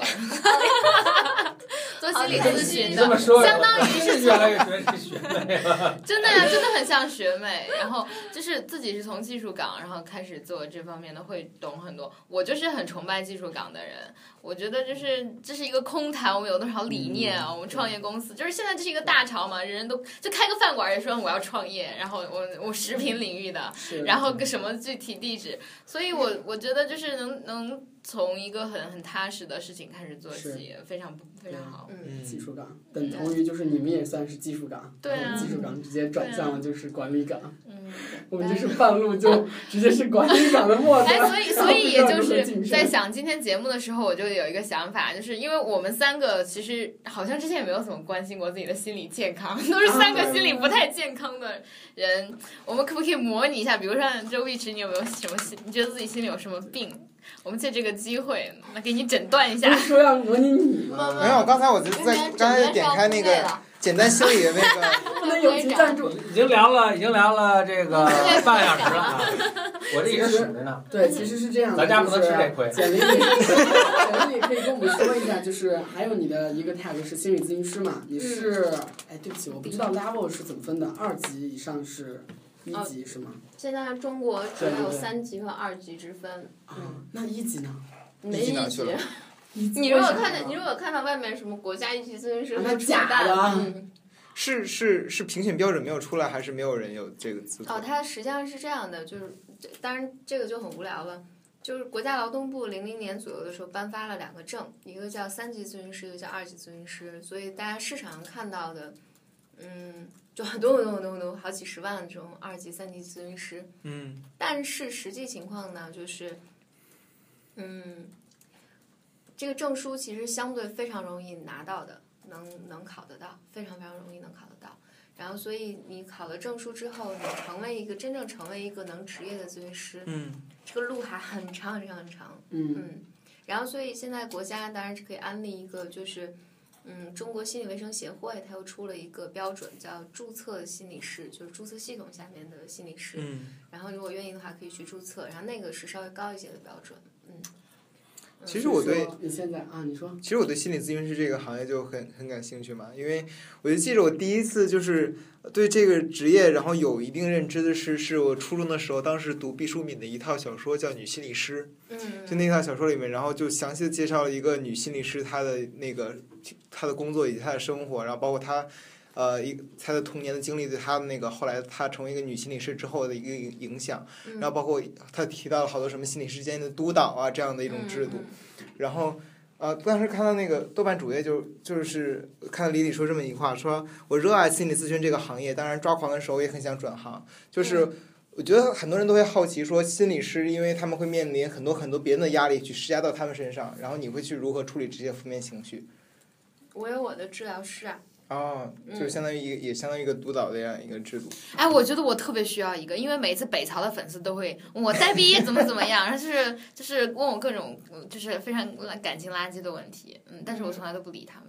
Speaker 1: 做心理
Speaker 3: 好开
Speaker 1: 咨
Speaker 3: 心
Speaker 1: 询
Speaker 5: 你
Speaker 1: 的
Speaker 5: 这，么说，
Speaker 1: 相当于
Speaker 5: 是越来越觉得是学妹了。
Speaker 1: 真的呀、真的很像学妹。然后就是自己是从技术岗，然后开始做这方面的，会懂很多。我就是很崇拜技术岗的人，我觉得就是这是一个空谈，我们有多少理念啊？我们创业公司就是现在这是一个大潮嘛，人人都就开个饭馆也说我要创业，然后我我食品领域的，
Speaker 4: 是
Speaker 1: 然后个什么具体地址，所以我我觉得就是能能从一个很很踏实的事情开始做起，非常不非常好。
Speaker 3: 嗯，
Speaker 4: 技术岗等同于就是你们也算是技术岗，
Speaker 1: 对啊
Speaker 4: 然后技术岗直接转向了就是管理岗。
Speaker 1: 嗯，
Speaker 4: 我们 [LAUGHS] 就是半路就直接是管理岗的末
Speaker 1: 哎，
Speaker 4: 端。
Speaker 1: 所以所以也就是在想今天节目的时候，我就有一个想法，就是因为我们三个其实好像之前也没有怎么关心过自己的心理健康，都是三
Speaker 4: 啊
Speaker 1: 个心理不太健康的人。我们可不可以模拟一下？比如像周碧池，你有没有什么心？你觉得自己心里有什么病？我们借这个机会来给你诊断一
Speaker 4: 不
Speaker 1: 下
Speaker 4: 是。说要模拟你吗？
Speaker 2: 没有，刚才我在
Speaker 3: 嗯
Speaker 2: 在刚才点开那个简单心理的那个。 [LAUGHS]
Speaker 4: 不能友情赞助。
Speaker 5: 已经聊了，已经聊了这个半个小时了啊！我这一直数着呢。
Speaker 4: 对，其实是这样的，
Speaker 5: 咱家不能
Speaker 4: 就
Speaker 5: 吃
Speaker 4: 是
Speaker 5: 这亏
Speaker 4: 简历里，简历里可以跟我们说一下，就是还有你的一个 tag 是心理咨询师嘛？你是，
Speaker 3: 嗯
Speaker 4: 哎，对不起，我不知道 level 是怎么分的，二级以上是一
Speaker 3: 哦
Speaker 4: 级是吗？
Speaker 3: 现在中国只
Speaker 4: 对
Speaker 3: 有
Speaker 4: 对对
Speaker 3: 三级和二级之分，
Speaker 4: 啊，那一级呢？
Speaker 3: 没
Speaker 2: 一级
Speaker 3: 一
Speaker 2: 哪去
Speaker 3: 级
Speaker 2: 了。
Speaker 4: 一级
Speaker 3: 你如果
Speaker 4: 为什么
Speaker 3: 看
Speaker 4: 呢
Speaker 3: 到，你如果看到外面什么国家一级咨询师
Speaker 4: 啊
Speaker 3: 和
Speaker 4: 那
Speaker 3: 扯
Speaker 4: 假
Speaker 3: 淡
Speaker 4: 的啊
Speaker 3: 嗯，
Speaker 2: 是是是评选标准没有出来，还是没有人有这个资格？
Speaker 3: 哦，它实际上是这样的，就是这当然这个就很无聊了。就是国家劳动部零零年左右的时候颁发了两个证，一个叫三级咨询师，一个叫二级咨询师。所以大家市场上看到的，嗯，就很多很多很多很多好几十万这种二级、三级咨询师。
Speaker 2: 嗯，
Speaker 3: 但是实际情况呢，就是，嗯，这个证书其实相对非常容易拿到的，能能考得到，非常非常容易能考得到。然后，所以你考了证书之后，你成为一个真正成为一个能职业的咨询师，
Speaker 2: 嗯，
Speaker 3: 这个路还很长很长很长。
Speaker 4: 嗯，
Speaker 3: 嗯，然后所以现在国家当然是可以安利一个，就是嗯，中国心理卫生协会它又出了一个标准，叫注册心理师，就是注册系统下面的心理师。
Speaker 2: 嗯，
Speaker 3: 然后如果愿意的话，可以去注册，然后那个是稍微高一些的标准。嗯，
Speaker 2: 其实我对
Speaker 4: 说你现在啊，你说
Speaker 2: 其实我对心理咨询师这个行业就很很感兴趣嘛，因为我就记着我第一次就是对这个职业然后有一定认知的是，是我初中的时候，当时读毕淑敏的一套小说叫《女心理师》。
Speaker 3: 嗯，
Speaker 2: 就那套小说里面，然后就详细的介绍了一个女心理师她的那个她的工作以及她的生活，然后包括她呃一她的童年的经历对她的那个后来她成为一个女心理师之后的一个影影响，
Speaker 3: 嗯
Speaker 2: 然后包括她提到了好多什么心理师间的督导啊这样的一
Speaker 3: 嗯
Speaker 2: 种制度，然后。呃，当时看到那个豆瓣主页就就是看到李李说这么一句话，说我热爱心理咨询这个行业，当然抓狂的时候也很想转行，就是
Speaker 3: 嗯
Speaker 2: 我觉得很多人都会好奇说，心理师因为他们会面临很多很多别人的压力去施加到他们身上，然后你会去如何处理这些负面情绪？
Speaker 3: 我有我的治疗师啊，
Speaker 2: 哦，就是相当于一个、也相当于一个督导的这样一个制度。
Speaker 1: 哎，我觉得我特别需要一个，因为每次北朝的粉丝都会问我呆逼怎么怎么样，然后就是就是问我各种嗯就是非常感情垃圾的问题，嗯，但是我从来都不理他们。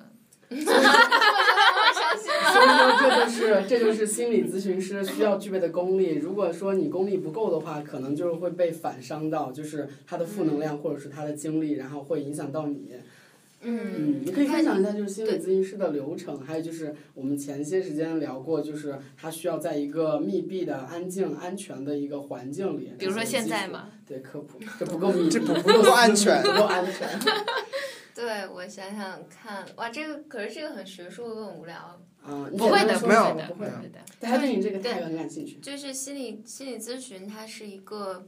Speaker 4: [LAUGHS] 所以说，这就是这就是心理咨询师需要具备的功力。如果说你功力不够的话，可能就是
Speaker 1: 嗯
Speaker 4: 会被反伤到，就是他的负能量或者是他的经历，然后会影响到你。
Speaker 3: 嗯，
Speaker 4: 嗯，你可以分享一下就是心理咨询师的流程，还有就是我们前些时间聊过，就是他需要在一个密闭的、安静、安全的一个环境里。
Speaker 1: 比如说现在？嘛，
Speaker 4: 对，科普这不够密闭，
Speaker 2: 这不不够安全
Speaker 4: 不够安
Speaker 1: [LAUGHS]
Speaker 4: 全。
Speaker 3: 对我想想看，哇，这个可是这个很学术，很无聊。
Speaker 4: 啊，
Speaker 1: 不会的，
Speaker 4: 不
Speaker 1: 不
Speaker 2: 没
Speaker 1: 会
Speaker 2: 有
Speaker 1: 的，
Speaker 4: 不
Speaker 1: 不
Speaker 4: 会
Speaker 1: 会的。
Speaker 4: 的。大家对你这个态度很感兴趣。
Speaker 3: 就是心理心理咨询，它是一个，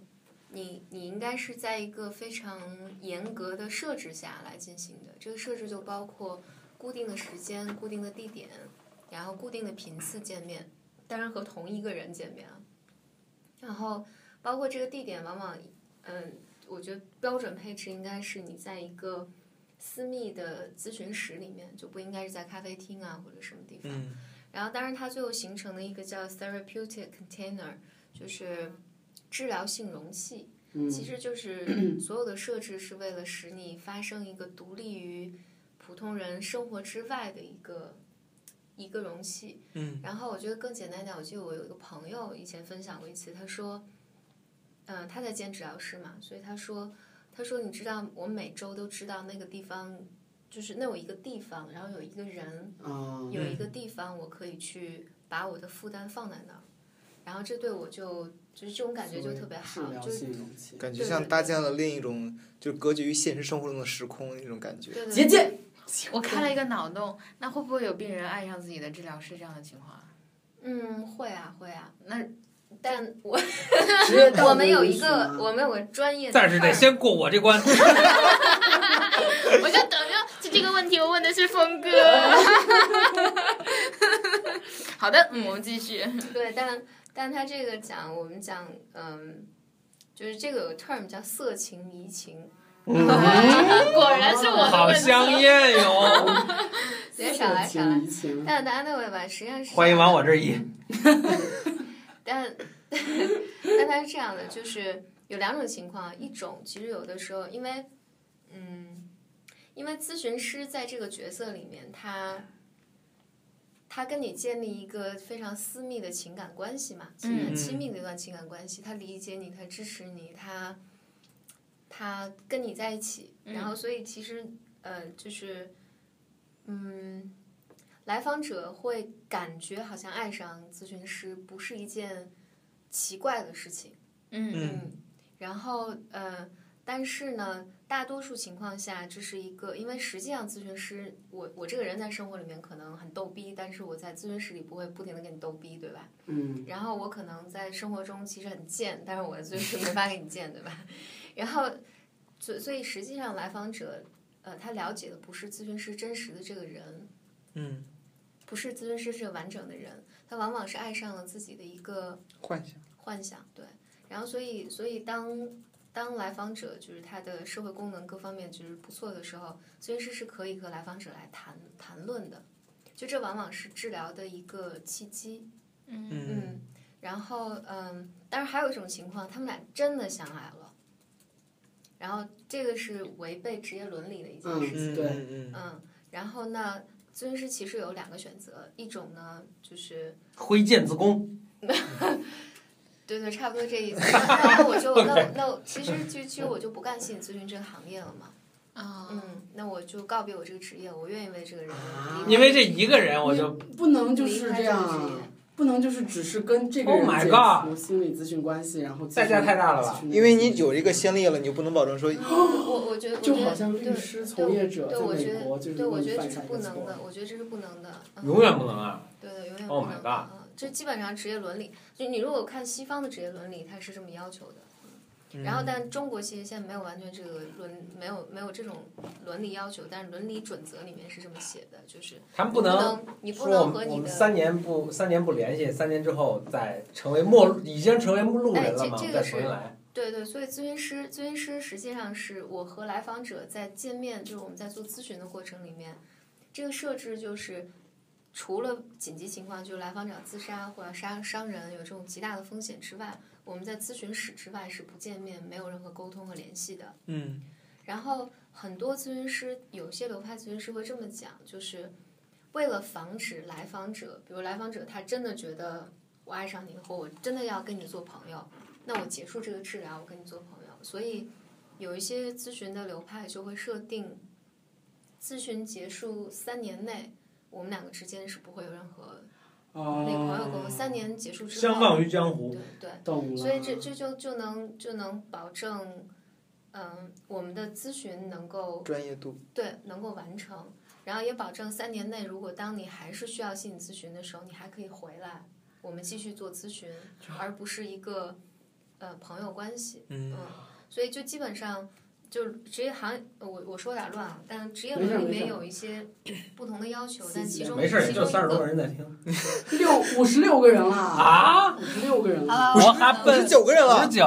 Speaker 3: 你你应该是在一个非常严格的设置下来进行的。这个设置就包括固定的时间、固定的地点，然后固定的频次见面，当然和同一个人见面啊。然后包括这个地点，往往嗯，我觉得标准配置应该是你在一个私密的咨询室里面，就不应该是在咖啡厅啊或者什么地方。
Speaker 2: 嗯，
Speaker 3: 然后，当然，它最后形成了一个叫 therapeutic container，就是治疗性容器，
Speaker 4: 嗯，
Speaker 3: 其实就是所有的设置是为了使你发生一个独立于普通人生活之外的一个一个容器。
Speaker 2: 嗯，
Speaker 3: 然后我觉得更简单一点，我记得我有一个朋友以前分享过一次，他说，嗯、他在兼治疗师嘛，所以他说，他说你知道，我每周都知道那个地方，就是那有一个地方，然后有一个人。
Speaker 4: 啊，
Speaker 3: 有一个
Speaker 5: 嗯
Speaker 3: 地方我可以去把我的负担放在那儿，然后这对我就就是这种感觉就特别好
Speaker 4: 治，疗
Speaker 3: 就是
Speaker 4: 性容器。
Speaker 2: 感觉
Speaker 3: 对
Speaker 2: 像
Speaker 3: 对
Speaker 2: 搭建了另一种，就是隔绝于现实生活中的时空那种感觉。
Speaker 3: 对
Speaker 4: 结
Speaker 3: 对对，
Speaker 4: 界，
Speaker 1: 我开了一个脑洞，那会不会有病人爱上自己的治疗师这样的情况啊？
Speaker 3: 嗯，会啊会啊，
Speaker 1: 那
Speaker 3: 但我
Speaker 4: 职业道德
Speaker 3: 我们有
Speaker 4: 允
Speaker 3: 一
Speaker 4: 许
Speaker 3: 个
Speaker 4: 吗
Speaker 3: 我们有个专业的
Speaker 5: 但是得
Speaker 3: 范儿
Speaker 5: 先过我这关。
Speaker 1: 我就等着，就这个问题我问的是峰哥。 [LAUGHS] 好的，嗯，我们继续。
Speaker 3: 对，但但他这个讲我们讲嗯，就是这个有个 term 叫色情迷情，
Speaker 4: 嗯
Speaker 3: [LAUGHS]
Speaker 1: 果然是我的
Speaker 5: 嗯好
Speaker 1: 问题。
Speaker 5: 香艳哟！ [LAUGHS]
Speaker 3: 别傻来傻来，
Speaker 4: 移情
Speaker 3: 但但 anyway 吧，实际上是
Speaker 5: 欢迎往我这儿移。
Speaker 3: 但但它是这样的，就是有两种情况，一种其实有的时候，因为嗯，因为咨询师在这个角色里面，他他跟你建立一个非常私密的情感关系嘛，其实很亲密的一段情感关系，他理解你，他支持你，他他跟你在一起，然后所以其实呃，就是嗯。来访者会感觉好像爱上咨询师不是一件奇怪的事情，
Speaker 1: 嗯
Speaker 2: 嗯，
Speaker 3: 然后呃，但是呢，大多数情况下这是一个，因为实际上咨询师，我我这个人在生活里面可能很逗逼，但是我在咨询室里不会不停的跟你逗逼，对吧？
Speaker 4: 嗯，
Speaker 3: 然后我可能在生活中其实很贱，但是我就是没法给你贱，对吧？然后，所所以实际上来访者，呃，他了解的不是咨询师真实的这个人，
Speaker 2: 嗯，
Speaker 3: 不是咨询师是个完整的人，他往往是爱上了自己的一个
Speaker 2: 幻想。
Speaker 3: 幻想，对。然后所以所以当当来访者就是他的社会功能各方面就是不错的时候，咨询师是可以和来访者来谈谈论的，就这往往是治疗的一个契机。
Speaker 1: 嗯
Speaker 2: 嗯，
Speaker 3: 嗯，然后嗯，当然还有一种情况，他们俩真的相爱了，然后这个是违背职业伦理的一件事情。
Speaker 2: 嗯
Speaker 4: 对
Speaker 2: 嗯，嗯
Speaker 3: 嗯，然后呢，咨询师其实有两个选择，一种呢就是
Speaker 5: 挥剑自宫，
Speaker 3: 对对，差不多这意思。那我就那我那我其实就其实我就不干心理咨询这个行业了嘛。
Speaker 5: 哦
Speaker 1: 啊，
Speaker 3: 嗯，那我就告别我这个职业，我愿意为这个人
Speaker 4: 啊
Speaker 5: 因为这一个人我就
Speaker 4: 不能就是这
Speaker 3: 离开这个职
Speaker 4: 样
Speaker 3: 业，
Speaker 4: 不能就是只是跟这个
Speaker 5: Oh
Speaker 4: 人
Speaker 5: my
Speaker 4: 解
Speaker 5: God
Speaker 4: 除心理咨询关系，然后
Speaker 5: 代价太大了吧？
Speaker 2: 因为你有这个先例了，你就不能保证说，
Speaker 3: 我我觉得我
Speaker 4: 就
Speaker 3: 觉
Speaker 4: 好
Speaker 3: 得
Speaker 4: 像律
Speaker 3: 对
Speaker 4: 师从业者
Speaker 3: 对，我
Speaker 4: 在
Speaker 3: 觉
Speaker 4: 美国就是
Speaker 3: 得对，我
Speaker 4: 容易
Speaker 3: 觉得
Speaker 4: 犯
Speaker 3: 这是
Speaker 4: 下一
Speaker 3: 不
Speaker 4: 个
Speaker 3: 能的
Speaker 4: 错，
Speaker 3: 我觉得这是不能的。嗯
Speaker 5: 永远不能啊！
Speaker 3: 对对，永远
Speaker 5: Oh
Speaker 3: 不
Speaker 5: my
Speaker 3: 能
Speaker 5: god
Speaker 3: 的。嗯，这基本上职业伦理，就你如果看西方的职业伦理，它是这么要求的。
Speaker 2: 嗯
Speaker 5: 嗯
Speaker 3: 然后，但中国其实现在没有完全这个伦，没有没有这种伦理要求，但是伦理准则里面是这么写的，就是
Speaker 5: 他们
Speaker 3: 不
Speaker 5: 不能
Speaker 3: 你不
Speaker 5: 说我
Speaker 3: 能和
Speaker 5: 们我
Speaker 3: 你
Speaker 5: 们
Speaker 3: 的
Speaker 5: 三年不三年不联系，三年之后再成为陌已经成为路人了嘛，
Speaker 3: 哎这这个
Speaker 5: 再
Speaker 3: 是
Speaker 5: 重新来。
Speaker 3: 对对，所以咨询师，咨询师实际上是我和来访者在见面，就是我们在做咨询的过程里面，这个设置就是除了紧急情况，就是来访者自杀或者杀伤人有这种极大的风险之外，我们在咨询室之外是不见面，没有任何沟通和联系的。
Speaker 2: 嗯
Speaker 3: 然后很多咨询师，有些流派咨询师会这么讲，就是为了防止来访者，比如来访者他真的觉得我爱上你，或我真的要跟你做朋友，那我结束这个治疗，我跟你做朋友。所以有一些咨询的流派就会设定咨询结束三年内，我们两个之间是不会有任何那个朋友沟
Speaker 4: 哦
Speaker 3: 通。，三年结束之后，
Speaker 7: 相忘于江湖
Speaker 3: 对。对，
Speaker 4: 懂了。
Speaker 3: 所以这这就就能就能保证，嗯，我们的咨询能够
Speaker 2: 专业度，
Speaker 3: 对能够完成，然后也保证三年内，如果当你还是需要心理咨询的时候，你还可以回来，我们继续做咨询，而不是一个呃朋友关系。
Speaker 2: 嗯
Speaker 3: 所以就基本上就是职业行，我我说有点乱啊，但职业
Speaker 4: 没事
Speaker 3: 伦里
Speaker 4: 没事
Speaker 3: 面有一些不同的要求，但其中
Speaker 7: 没事儿，
Speaker 3: 其
Speaker 7: 就
Speaker 3: 中一
Speaker 7: 三十多个
Speaker 3: 个
Speaker 7: 人在听。
Speaker 4: 六五十六个人了
Speaker 5: 啊，
Speaker 4: 五十六个人
Speaker 1: 好
Speaker 4: 了，
Speaker 1: 了，
Speaker 5: 我还
Speaker 2: 五
Speaker 3: 嗯
Speaker 2: 十九个人
Speaker 5: 五十
Speaker 2: 了，
Speaker 5: 九，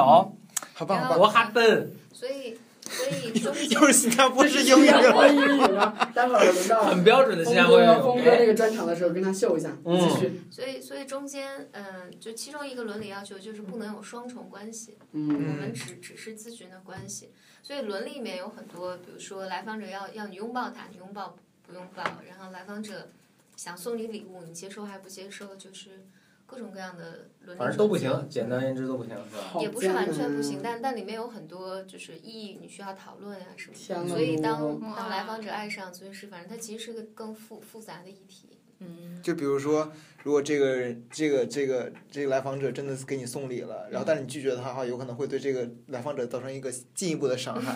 Speaker 2: 好棒好棒！
Speaker 5: 我哈登，
Speaker 3: 所以所以
Speaker 7: [LAUGHS]
Speaker 3: 中间
Speaker 2: 又是新加坡式英语了，
Speaker 4: 英语了。待会儿轮到
Speaker 5: 很啊标准的新
Speaker 4: 峰
Speaker 5: 加坡
Speaker 4: 哥，峰哥那
Speaker 5: 人。
Speaker 4: 个专场的时候跟他秀一下，
Speaker 5: 嗯
Speaker 4: 继续。
Speaker 3: 所以，所以中间，嗯，就其中一个伦理要求就是不能有双重关系，我
Speaker 4: 嗯
Speaker 3: 们只只是咨询的关系。所以伦理里面有很多，比如说来访者要要你拥抱他，你拥抱不拥抱，然后来访者想送你礼物，你接受还不接受，就是各种各样的伦理。
Speaker 5: 反正都不行，简。单言之都不行，是吧？
Speaker 4: 好
Speaker 3: 也不是完
Speaker 4: 艰
Speaker 3: 全
Speaker 4: 难
Speaker 3: 不行，但但里面有很多就是意义，你需要讨论呀、什么
Speaker 4: 天
Speaker 3: 的。
Speaker 4: 呐
Speaker 3: 所以
Speaker 4: 嗯
Speaker 3: 当
Speaker 1: 哇
Speaker 3: 当来访者爱上咨询师，反正它其实是个更复复杂的议题。
Speaker 1: 嗯，
Speaker 2: 就比如说，如果这个人、这个、这个、这个来访者真的给你送礼了，然后但是你拒绝他的话，有可能会对这个来访者造成一个进一步的伤害。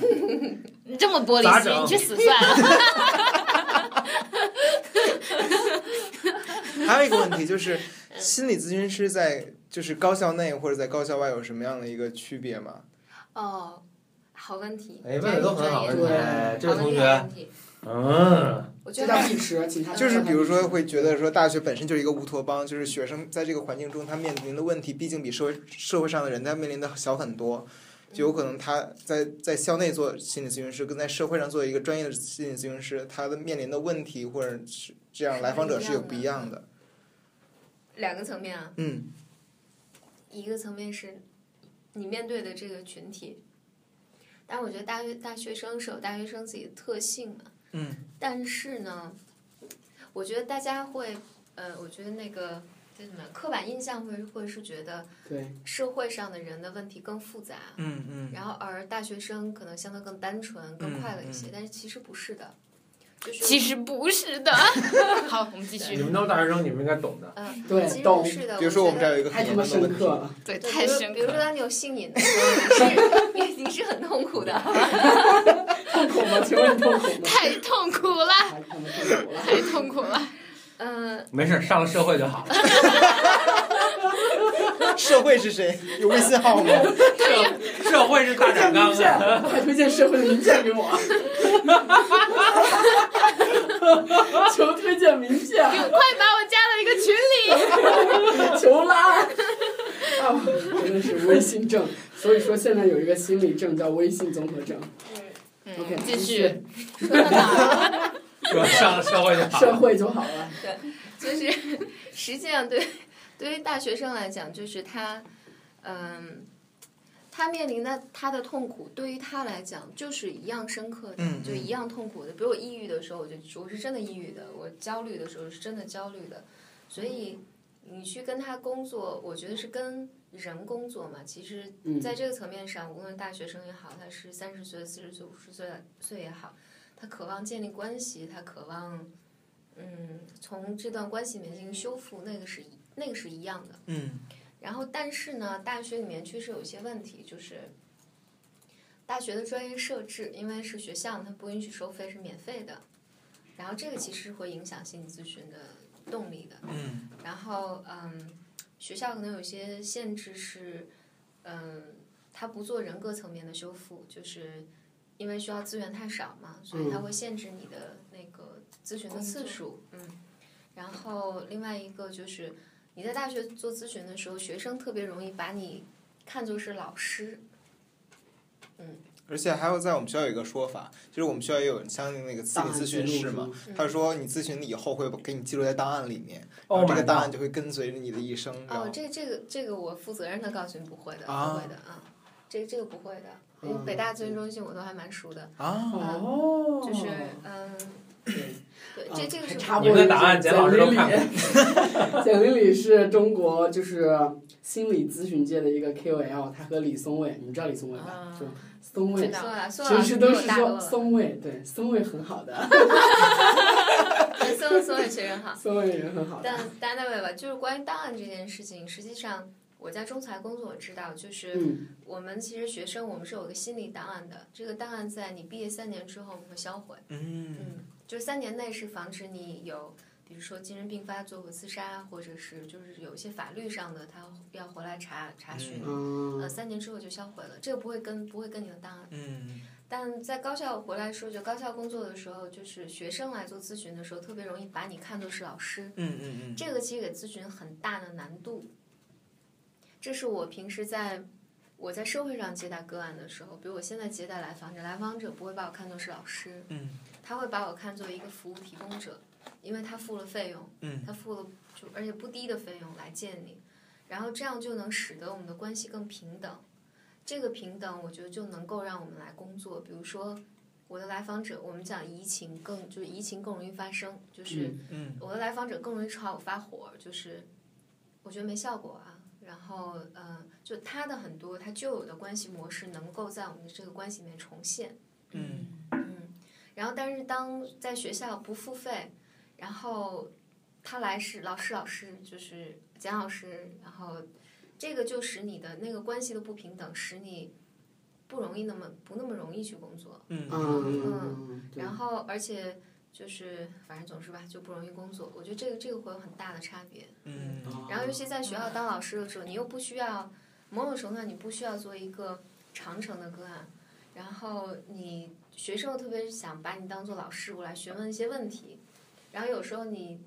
Speaker 1: 你这么玻
Speaker 5: 咋
Speaker 1: 璃心，
Speaker 5: 整
Speaker 1: 你去死算了。
Speaker 2: 还有一个问题就是，心理咨询师在就是高校内或者在高校外有什么样的一个区别吗？
Speaker 3: 哦，好问题，
Speaker 5: 哎，问的都很好问
Speaker 4: 对
Speaker 5: 题。
Speaker 3: 专业
Speaker 5: 哎这
Speaker 3: 好
Speaker 5: 位
Speaker 3: 问
Speaker 5: 同
Speaker 3: 题
Speaker 5: 学
Speaker 3: 好，问题
Speaker 5: 嗯，
Speaker 3: 我觉
Speaker 4: 这
Speaker 3: 得
Speaker 4: 叫碧池，请他
Speaker 2: 就是比如说会觉得说大学本身就是一个乌托邦，就是学生在这个环境中他面临的问题，毕竟比社会社会上的人他面临的小很多。就有可能他在在校内做心理咨询师，跟在社会上做一个专业的心理咨询师，他的面临的问题或者是这样来访者是有不一样的。
Speaker 3: 两个层面啊，
Speaker 2: 嗯，
Speaker 3: 一个层面是你面对的这个群体，但我觉得大学大学生是有大学生自己的特性嘛，
Speaker 2: 嗯，
Speaker 3: 但是呢，我觉得大家会，呃，我觉得那个叫什么刻板印象会会是觉得
Speaker 4: 对
Speaker 3: 社会上的人的问题更复杂，
Speaker 2: 嗯嗯
Speaker 3: 然后而大学生可能相对更单纯、更快乐一些，
Speaker 2: 嗯
Speaker 3: 但是其实不是的，就是
Speaker 1: 其实不是的。好，我们继
Speaker 5: 你
Speaker 1: 续。
Speaker 5: 们都是大学生，你们应该懂的。
Speaker 3: 嗯，其
Speaker 4: 对
Speaker 3: 实不
Speaker 4: 懂，
Speaker 3: 是的，
Speaker 2: 比如说我们这
Speaker 3: 觉
Speaker 2: 儿
Speaker 3: 得
Speaker 2: 有一个
Speaker 4: 太
Speaker 2: 很
Speaker 4: 他
Speaker 2: 严
Speaker 4: 妈
Speaker 2: 重的
Speaker 4: 深
Speaker 2: 问
Speaker 4: 刻
Speaker 2: 题，
Speaker 4: 了。
Speaker 1: 对，
Speaker 3: 对
Speaker 1: 太深
Speaker 3: 比如比如
Speaker 1: 刻
Speaker 3: 说
Speaker 1: 了。
Speaker 3: 当你有性瘾的时候，你是你是很痛苦的。
Speaker 4: 痛苦吗？请问你痛
Speaker 3: [LAUGHS]
Speaker 4: 苦吗？
Speaker 1: 太痛苦了，
Speaker 4: 太他妈痛苦了！
Speaker 1: 太痛苦了！
Speaker 3: 嗯，
Speaker 5: 没事，上了社会就好。
Speaker 2: 社会是谁？有微信号吗？
Speaker 5: 社社会是大
Speaker 4: 推荐
Speaker 5: 染缸
Speaker 4: 名片
Speaker 5: 的，，
Speaker 4: [LAUGHS] 还推荐社会的名片给我， [LAUGHS] 求推荐名
Speaker 1: 给
Speaker 4: 片，
Speaker 1: 我快把我加到一个群里。
Speaker 4: 求拉。啊，真的是微信症，所以说现在有一个心理症叫微信综合症。OK，
Speaker 1: 嗯，继续。 [LAUGHS]
Speaker 3: 说到哪儿了？
Speaker 5: 说上了社会就好。
Speaker 4: 社会就好了。
Speaker 3: [LAUGHS] 就是实际上对对于大学生来讲，就是他，嗯，他面临的他的痛苦，对于他来讲就是一样深刻的，
Speaker 2: 嗯
Speaker 3: 就一样痛苦的。比如我抑郁的时候，我就我是真的抑郁的；我焦虑的时候是真的焦虑的。所以你去跟他工作，我觉得是跟人工作嘛。其实
Speaker 4: 嗯，
Speaker 3: 在这个层面上，无论大学生也好，他是三十岁、四十岁、五十岁岁也好，他渴望建立关系，他渴望，嗯，从这段关系里面进行修复，那个是一那个是一样的。
Speaker 2: 嗯
Speaker 3: 然后，但是呢，大学里面确实有一些问题，就是大学的专业设置，因为是学校，它不允许收费，是免费的。然后这个其实会影响心理咨询的动力的。
Speaker 2: 嗯
Speaker 3: 然后嗯，学校可能有些限制是，嗯，他不做人格层面的修复，就是因为学校资源太少嘛，所以他会限制你的那个咨询的次数，嗯。然后另外一个就是你在大学做咨询的时候，学生特别容易把你看作是老师，
Speaker 2: 而且还有在我们学校有一个说法，就是我们学校也有相应那个心理咨询师嘛，
Speaker 3: 嗯、
Speaker 2: 他说你咨询了以后会给你记录在档案里面，然后
Speaker 5: Oh
Speaker 2: 这
Speaker 5: my
Speaker 2: 个
Speaker 5: god！
Speaker 2: 档案就会跟随着你的一生。然后
Speaker 3: 哦，这这个这个我负责任的告诉你，不会的，
Speaker 2: 啊
Speaker 3: 不会的啊，这这个不会的。因
Speaker 4: 嗯
Speaker 3: 为北大咨询中心我都还蛮熟的，
Speaker 2: 啊，
Speaker 4: 哦，
Speaker 3: 就是嗯，对，
Speaker 4: 啊
Speaker 3: 这这个是
Speaker 4: 插
Speaker 5: 不
Speaker 4: 播
Speaker 5: 你
Speaker 4: 一
Speaker 5: 们的
Speaker 4: 句，
Speaker 5: 答案简老师都看
Speaker 3: [LAUGHS]
Speaker 4: 过。简玲里是中国就是心理咨询界的一个 KOL，他和李松蔚，你们知道李松蔚吧？
Speaker 1: 啊
Speaker 4: 就松
Speaker 1: 知
Speaker 4: 味，
Speaker 1: 道
Speaker 3: 宋老宋老
Speaker 4: 平
Speaker 3: 师
Speaker 4: 时
Speaker 3: 比
Speaker 4: 都
Speaker 3: 我
Speaker 4: 是
Speaker 3: 大多
Speaker 4: 说
Speaker 3: 了，
Speaker 4: 松味，对，松味很好的，
Speaker 3: 对宋宋也确实好。
Speaker 4: 松味人很 [LAUGHS] 好的。
Speaker 3: 但但那位吧，就是关于档案这件事情，实际上我在中财工作，我知道，就是
Speaker 4: 嗯
Speaker 3: 我们其实学生我们是有个心理档案的，这个档案在你毕业三年之后我们会销毁，
Speaker 2: 嗯，
Speaker 3: 嗯，就是三年内是防止你有。比如说精神病发作和自杀，或者是就是有一些法律上的，他要回来查查询，
Speaker 4: 嗯
Speaker 3: 呃，三年之后就销毁了，这个不会跟不会跟你的档案。
Speaker 2: 嗯，
Speaker 3: 但在高校回来说，就高校工作的时候，就是学生来做咨询的时候，特别容易把你看作是老师，
Speaker 2: 嗯嗯嗯，
Speaker 3: 这个其实给咨询很大的难度。这是我平时在我在社会上接待个案的时候，比如我现在接待来访者，来访者不会把我看作是老师，
Speaker 2: 嗯，
Speaker 3: 他会把我看作一个服务提供者，因为他付了费用，
Speaker 2: 嗯，
Speaker 3: 他付了就而且不低的费用来见你，然后这样就能使得我们的关系更平等。这个平等，我觉得就能够让我们来工作。比如说，我的来访者，我们讲移情更就是移情更容易发生，就是
Speaker 2: 嗯
Speaker 4: 嗯
Speaker 3: 我的来访者更容易朝我发火，就是我觉得没效果啊。然后，嗯、就他的很多他旧有的关系模式能够在我们的这个关系里面重现，
Speaker 2: 嗯
Speaker 3: 嗯。然后，但是当在学校不付费，然后他来是老师，老师就是简老师，然后这个就使你的那个关系的不平等，使你不容易那么不那么容易去工作。
Speaker 2: 嗯
Speaker 4: 嗯，对
Speaker 3: 然后而且就是反正总是吧，就不容易工作。我觉得这个这个会有很大的差别。
Speaker 2: 嗯
Speaker 3: 然后尤其在学校当老师的时候，你又不需要某种程度上你不需要做一个长程的个案，然后你学生又特别想把你当做老师，我来询问一些问题，然后有时候你。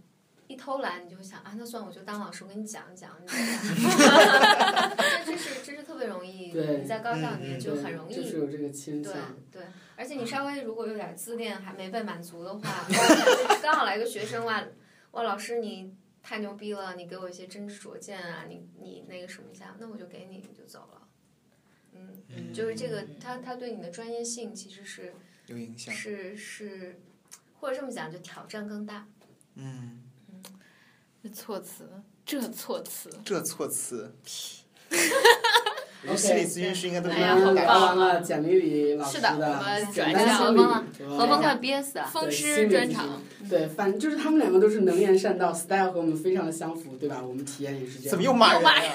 Speaker 3: 一偷懒，你就会想啊，那算了我就当老师，我给你讲一讲。你讲一讲这这是这是特别容易，
Speaker 4: 对
Speaker 3: 你在高校里
Speaker 2: 嗯
Speaker 3: 面
Speaker 2: 嗯
Speaker 3: 就很容易
Speaker 4: 就是有这个倾
Speaker 3: 对
Speaker 4: 向，
Speaker 3: 对，而且你稍微如果有点自恋还没被满足的话，哇刚好来个学生哇哇老师你太牛逼了，你给我一些真知灼见啊，你你那个什么一下，那我就给你，你就走了。嗯，
Speaker 2: 嗯，
Speaker 3: 就是这个，他他对你的专业性其实是
Speaker 2: 有影响，
Speaker 3: 是是，或者这么讲，就挑战更大。
Speaker 2: 嗯，
Speaker 1: 这措辞，这措辞，
Speaker 2: 这措辞，我觉得
Speaker 4: OK，
Speaker 2: 心理咨询师应该都是
Speaker 1: 哎呀
Speaker 2: 那种
Speaker 1: 好
Speaker 2: 感
Speaker 4: 聊
Speaker 1: 棒
Speaker 3: 啊
Speaker 4: 完了简丽丽老师
Speaker 1: 是的我们
Speaker 4: 简
Speaker 1: 转
Speaker 4: 单
Speaker 1: 向
Speaker 4: 心
Speaker 3: 何
Speaker 4: 理
Speaker 3: 峰了
Speaker 4: 对
Speaker 3: 何峰快憋死啊 [LAUGHS] 了，
Speaker 1: 风
Speaker 4: 对
Speaker 1: 湿
Speaker 4: 心理
Speaker 1: 专
Speaker 4: 咨
Speaker 1: 场，
Speaker 4: 对，反正就是他们两个都是能言善道，style 和我们非常的相符，对吧？我们体验也是这样。
Speaker 2: 怎么又骂人
Speaker 1: 又骂
Speaker 2: 呀？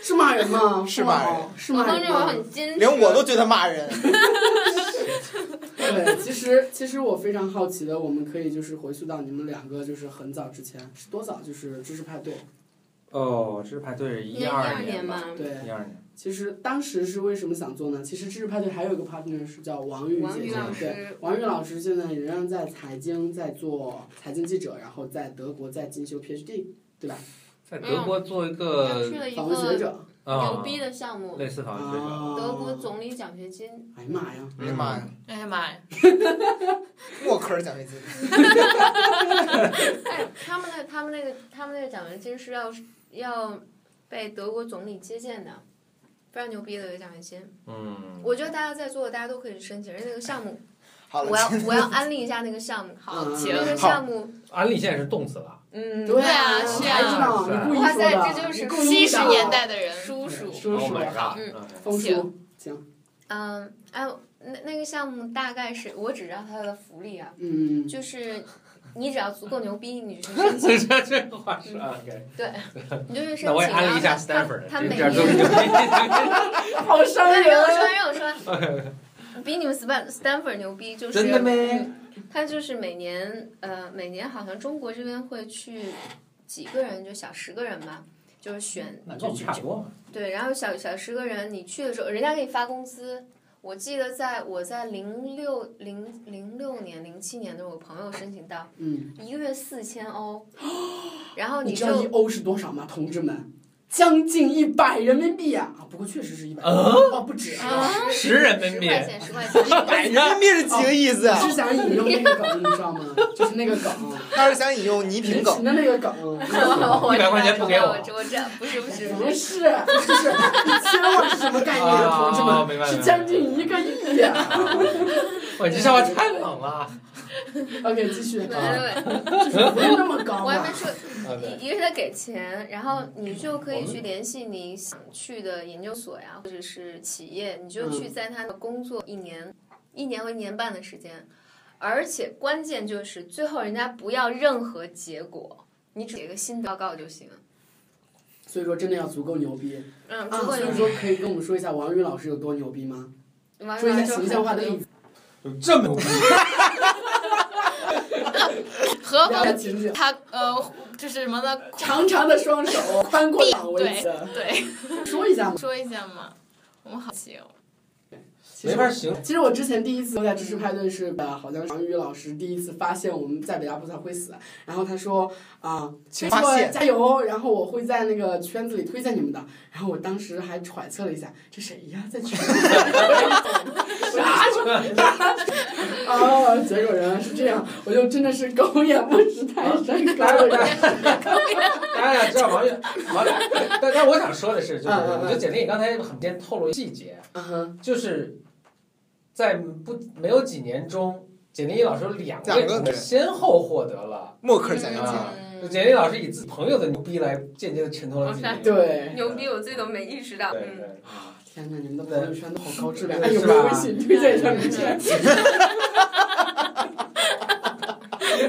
Speaker 4: 是骂人吗？
Speaker 2: 是骂人
Speaker 4: 哇，是
Speaker 1: 何
Speaker 4: 骂
Speaker 1: 峰这
Speaker 4: 人
Speaker 1: 种
Speaker 4: 吗。
Speaker 1: 很矜持，
Speaker 2: 连我都觉得骂人。
Speaker 4: 对，其实其实我非常好奇的，我们可以就是回溯到你们两个就是很早之前，是多早？就是知识派对。
Speaker 5: 哦，这排队是一
Speaker 3: 二
Speaker 5: 年吧，
Speaker 3: 嘛，
Speaker 4: 对，
Speaker 5: 一二年。
Speaker 4: 其实当时是为什么想做呢？其实知识派对还有一个 partner 是叫王玉
Speaker 3: 王
Speaker 4: 姐
Speaker 3: 宇
Speaker 4: 姐，
Speaker 3: 老
Speaker 4: 对，
Speaker 3: 师
Speaker 4: 王玉老师现在仍然在财经在做财经记者，然后在德国在进修 PhD，对吧？
Speaker 5: 在德国做一
Speaker 3: 呃
Speaker 5: 个嗯
Speaker 3: 了嗯
Speaker 4: 访问学者。
Speaker 5: 啊，
Speaker 3: 的项目，
Speaker 5: 类似访问学者，
Speaker 4: 哦
Speaker 3: 总理奖学金。
Speaker 4: 哎呀妈呀！
Speaker 2: 哎呀妈呀，
Speaker 1: 哎呀妈呀，
Speaker 2: 默克尔奖学金，
Speaker 3: 哎，他们那他们那个他们那个奖学金是要要被德国总理接见的，非常牛逼的一个奖学金。
Speaker 5: 嗯，
Speaker 3: 我觉得大家在座的大家都可以申请，而且那个项目，
Speaker 2: 好了
Speaker 3: 我，要我要安利一下那个 [LAUGHS] 项目。
Speaker 1: 好
Speaker 4: 嗯
Speaker 1: 行
Speaker 3: 那，个
Speaker 5: 好
Speaker 3: 项目，
Speaker 5: 安利现在是冻死了，
Speaker 3: 嗯，
Speaker 1: 对
Speaker 4: 啊，
Speaker 1: 啊
Speaker 4: 我
Speaker 1: 是
Speaker 4: 才知道，
Speaker 5: 啊
Speaker 4: 你故意
Speaker 3: 哇
Speaker 4: 说的，
Speaker 3: 塞这就是
Speaker 4: 你故意
Speaker 1: 七十
Speaker 4: 的
Speaker 1: 年代的人，
Speaker 3: 叔叔，
Speaker 4: 叔
Speaker 5: Oh
Speaker 4: 叔
Speaker 5: my god！
Speaker 3: 嗯
Speaker 4: 风叔
Speaker 1: 行，
Speaker 4: 行，
Speaker 3: 嗯，哎，那那个项目大概是我只知道它的福利啊，
Speaker 4: 嗯，
Speaker 3: [LAUGHS] 就是你只要足够牛逼，你就去申请，
Speaker 5: [LAUGHS] 这这这话是啊，OK。
Speaker 3: 你就去申请。
Speaker 5: 那我也安利一下
Speaker 3: 然后他
Speaker 5: Stanford，
Speaker 3: 他每
Speaker 5: 这样都是
Speaker 3: 年。
Speaker 5: [LAUGHS]
Speaker 4: 好伤
Speaker 3: 哎让我说，
Speaker 4: 人，
Speaker 3: 让我说， [LAUGHS] 比你们 Stan Stanford 牛逼，就是
Speaker 5: 真的咩
Speaker 3: 他就是每年呃，每年好像中国这边会去几个人，就小十个人吧，就是选
Speaker 5: 那跟
Speaker 3: 就
Speaker 5: 我们
Speaker 3: 去
Speaker 5: 差不多嘛。
Speaker 3: 对，然后小小十个人，你去的时候，人家给你发工资。我记得在我在零六零零六年零七年的时候，我朋友申请到
Speaker 4: 嗯，
Speaker 3: 一个月四千欧，然后嗯
Speaker 4: 你
Speaker 3: 你
Speaker 4: 知道一
Speaker 3: 就
Speaker 4: 欧是多少吗，同志们？将近一百人民币啊！啊，不过确实是一百，
Speaker 5: 嗯
Speaker 4: 哦，不止。
Speaker 3: 啊
Speaker 5: 十人民
Speaker 3: 十
Speaker 5: 币，
Speaker 3: 块钱十块
Speaker 5: [LAUGHS]
Speaker 3: 钱，
Speaker 2: 百人民币是几个意思啊？
Speaker 4: 是想引用那个梗，你知道吗？就是那个梗，
Speaker 2: [LAUGHS] 他是想引用倪萍
Speaker 4: 人
Speaker 2: 梗
Speaker 4: 情，的那个梗。
Speaker 3: 我
Speaker 5: 100块钱
Speaker 3: 知道
Speaker 5: 不给我
Speaker 3: 我知道我知道不是不是不
Speaker 4: 不
Speaker 3: 是，
Speaker 4: 是，就是一千万是什么概念啊，同志
Speaker 5: 哦
Speaker 4: 们？
Speaker 5: 明白明白
Speaker 4: 是将近一个亿啊！
Speaker 5: 我这笑话太冷了。啊
Speaker 4: OK，继续，
Speaker 3: 对
Speaker 4: 啊
Speaker 3: 对对，
Speaker 4: 就是不用那么高
Speaker 3: 我还没
Speaker 4: 吧？
Speaker 3: 说，
Speaker 5: 啊对
Speaker 3: 一一个是他给钱，然后你就可
Speaker 5: 我
Speaker 3: 以
Speaker 5: 们
Speaker 3: 去联系你想去的研究所呀，或者是企业，你就
Speaker 4: 嗯
Speaker 3: 去在他的工作一年、一年和一年半的时间，而且关键就是最后人家不要任何结果，你只写个新的报告就行。
Speaker 4: 所以说真的要足够牛逼
Speaker 3: 嗯，
Speaker 4: 啊！
Speaker 3: 如果
Speaker 4: 所
Speaker 3: 你
Speaker 4: 以说可以跟我们说一下王宇老师有多牛逼吗？
Speaker 3: 完
Speaker 4: 说一
Speaker 3: 了
Speaker 4: 下
Speaker 3: 就
Speaker 4: 形象化的例子，
Speaker 5: 有这么
Speaker 1: 和
Speaker 4: 聊聊
Speaker 3: [LAUGHS]
Speaker 4: 情景，
Speaker 1: 他呃就是什么的，
Speaker 4: 长长的双手宽过两围
Speaker 1: 对
Speaker 4: 子，
Speaker 1: 对，
Speaker 4: 说一下嘛。
Speaker 1: 说一下嘛，我们好奇哦。
Speaker 4: 其
Speaker 5: 没
Speaker 4: 实
Speaker 5: 法形容。
Speaker 4: 其实我之前第一次在知识派对是，呃，好像是王宇老师第一次发现我们在北大不太会死，然后他说啊，没
Speaker 2: 发
Speaker 4: 错
Speaker 2: 现，
Speaker 4: 加油，然后我会在那个圈子里推荐你们的。然后我当时还揣测了一下，这谁呀，在圈子里啥圈子？ [LAUGHS] 哦，结果原来是这样，我就真的是狗眼不识泰山高
Speaker 5: 当
Speaker 4: 了。
Speaker 5: 然，大家知道哎王宇，王宇，但但我想说的是，就是
Speaker 4: 嗯嗯嗯
Speaker 5: 我觉得简历刚才很先透露细节，
Speaker 4: 嗯哼，
Speaker 5: 就是在不没有几年中，简历老师有两
Speaker 2: 两
Speaker 5: 位
Speaker 2: 个
Speaker 5: 同学
Speaker 2: 对
Speaker 5: 先后获得了。
Speaker 2: 默克尔奖学金。
Speaker 5: 啊
Speaker 3: 嗯
Speaker 5: 简历老师以自己朋友的牛逼来间接的衬托了自己，
Speaker 4: [LAUGHS] 对
Speaker 3: 牛逼，我自己都没意识到。
Speaker 5: 对
Speaker 3: 嗯，
Speaker 5: 对，
Speaker 4: 天哪，你们的朋友圈都好高质量，
Speaker 5: 对
Speaker 4: 哎，有没有微信推荐一下名片？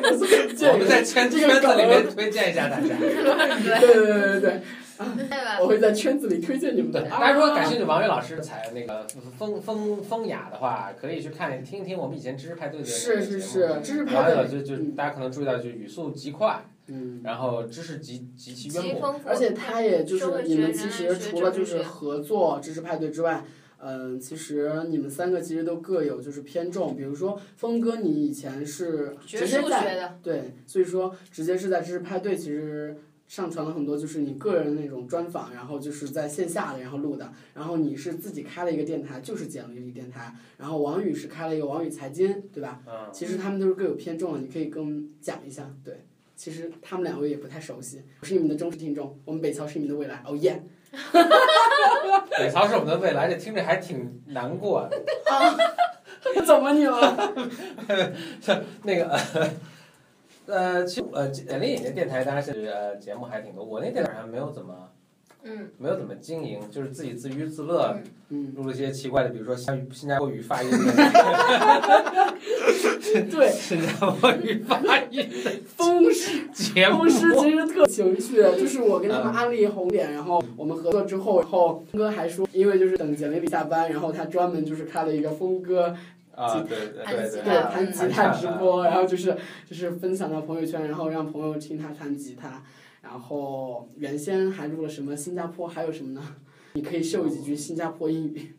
Speaker 4: 我是
Speaker 5: 我们在圈
Speaker 4: 这个
Speaker 5: 圈子里
Speaker 4: 梗
Speaker 5: 面推荐一
Speaker 4: [LAUGHS]
Speaker 5: 下大家。
Speaker 4: 对对对对对，
Speaker 3: [LAUGHS] 对吧？
Speaker 4: 我会在圈子里推荐你们的。
Speaker 5: 大家如果感兴趣王宇老师才那个风风风雅的话，可以去看听一听我们以前知识派对的
Speaker 4: 啊是是
Speaker 5: 节目
Speaker 4: 是，知识
Speaker 5: 王
Speaker 4: 派
Speaker 5: 宇老
Speaker 4: 对，
Speaker 5: 师就就
Speaker 4: 嗯
Speaker 5: 大家可能注意到，就语速极快，
Speaker 4: 嗯，
Speaker 5: 然后知识极极其渊
Speaker 3: 极
Speaker 5: 博。
Speaker 3: 丰富，
Speaker 4: 而且他也就
Speaker 3: 社会
Speaker 4: 是
Speaker 3: 学
Speaker 4: 你们
Speaker 3: 人
Speaker 4: 其
Speaker 3: 类
Speaker 4: 实
Speaker 3: 学
Speaker 4: 除了
Speaker 3: 政
Speaker 4: 就
Speaker 3: 治
Speaker 4: 是
Speaker 3: 学
Speaker 4: 合作知识派对之外。嗯，其实你们三个其实都各有就是偏重，比如说峰哥，你以前是
Speaker 3: 学
Speaker 4: 直接
Speaker 3: 术
Speaker 4: 在
Speaker 3: 学的，
Speaker 4: 对，所以说直接是在知识派对，其实上传了很多就是你个人那种专访，然后就是在线下的，然后录的。然后你是自己开了一个电台，就是简历电台。然后王宇是开了一个王宇财经，对吧？
Speaker 5: 嗯，
Speaker 4: 其实他们都是各有偏重的，你可以跟我们讲一下。对，其实他们两位也不太熟悉，我是你们的忠实听众，我们北曹是你们的未来，哦耶！ [LAUGHS]
Speaker 5: [LAUGHS] 北曹是我们的未来，这听着还挺难过的。
Speaker 4: 怎么你了？
Speaker 5: 那个，呃，其实呃，简历那电台当然是呃节目还挺多，我那电台还没有怎么
Speaker 3: 嗯，
Speaker 5: 没有怎么经营，就是自己自娱自乐，
Speaker 4: 嗯，
Speaker 5: 录了一些奇怪的，比如说新新加坡语发音的。
Speaker 4: 对，
Speaker 5: 新加坡语发音
Speaker 4: 风是
Speaker 5: 节目
Speaker 4: 公司其实特情绪，就是我跟他们安利红点，然后我们合作之后，然后峰哥还说，因为就是等简历里下班，然后他专门就是开了一个峰哥
Speaker 5: 啊，对对对
Speaker 4: 对
Speaker 5: 对，
Speaker 4: 弹吉他直播，然
Speaker 5: 后
Speaker 4: 后就是就是分享到朋友圈，然后让朋友听他弹吉他，然后原先还录了什么新加坡，还有什么呢？你可以秀几句新加坡英语，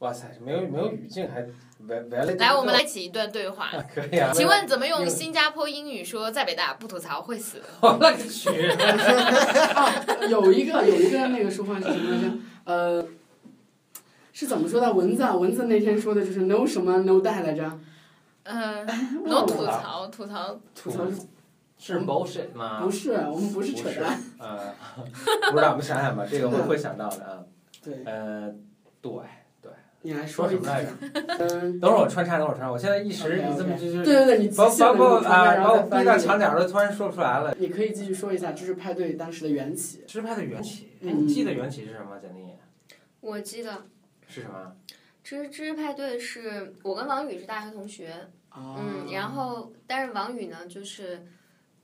Speaker 5: 哇塞，没有没有语境还完完了。
Speaker 1: 来，我们来起一段对话。
Speaker 5: 可以啊。
Speaker 1: 请问怎么用新加坡英语说在北大不吐槽会死？
Speaker 5: 我勒个去！
Speaker 4: 有一个有一个那个说话是什么来着？呃，是怎么说的？蚊子啊，蚊子那天说的就是 no 什么 no die 来着？
Speaker 3: [LAUGHS]
Speaker 1: 嗯、
Speaker 4: 忘
Speaker 1: 能
Speaker 4: 了
Speaker 1: 吐槽吐槽
Speaker 4: 吐槽是
Speaker 5: 是 bullshit 吗
Speaker 3: 啊
Speaker 4: 不？是，我们不是扯淡。
Speaker 5: 呃，不知道，我们想想吧，这个我会想到的 [LAUGHS] 啊。
Speaker 4: 对，
Speaker 5: 呃，对，
Speaker 4: 你来说
Speaker 5: 说什
Speaker 4: 一
Speaker 5: 么
Speaker 4: 下
Speaker 5: 来着？ [LAUGHS]
Speaker 4: 嗯，
Speaker 5: 等会儿我穿插，等会儿穿插。我现在一时你这么就
Speaker 4: 对
Speaker 5: 是
Speaker 4: 对对，你
Speaker 5: 把
Speaker 4: 即兴
Speaker 5: 把
Speaker 4: 的
Speaker 5: 把我
Speaker 4: 那种方
Speaker 5: 啊
Speaker 4: 面然
Speaker 5: 把
Speaker 4: 后
Speaker 5: 我
Speaker 4: 再翻
Speaker 5: 逼
Speaker 4: 译
Speaker 5: 到墙角了，突然说不出来了。
Speaker 4: 你可以继续说一下知识派对当时的缘起。
Speaker 5: 支派的缘起，哎
Speaker 4: 嗯
Speaker 5: 你记得缘起是什么？简历
Speaker 3: 我记得
Speaker 5: 是什么？
Speaker 3: 知知识派对是我跟王宇是大学同学，
Speaker 4: 啊
Speaker 5: 哦
Speaker 3: 嗯，然后但是王宇呢，就是，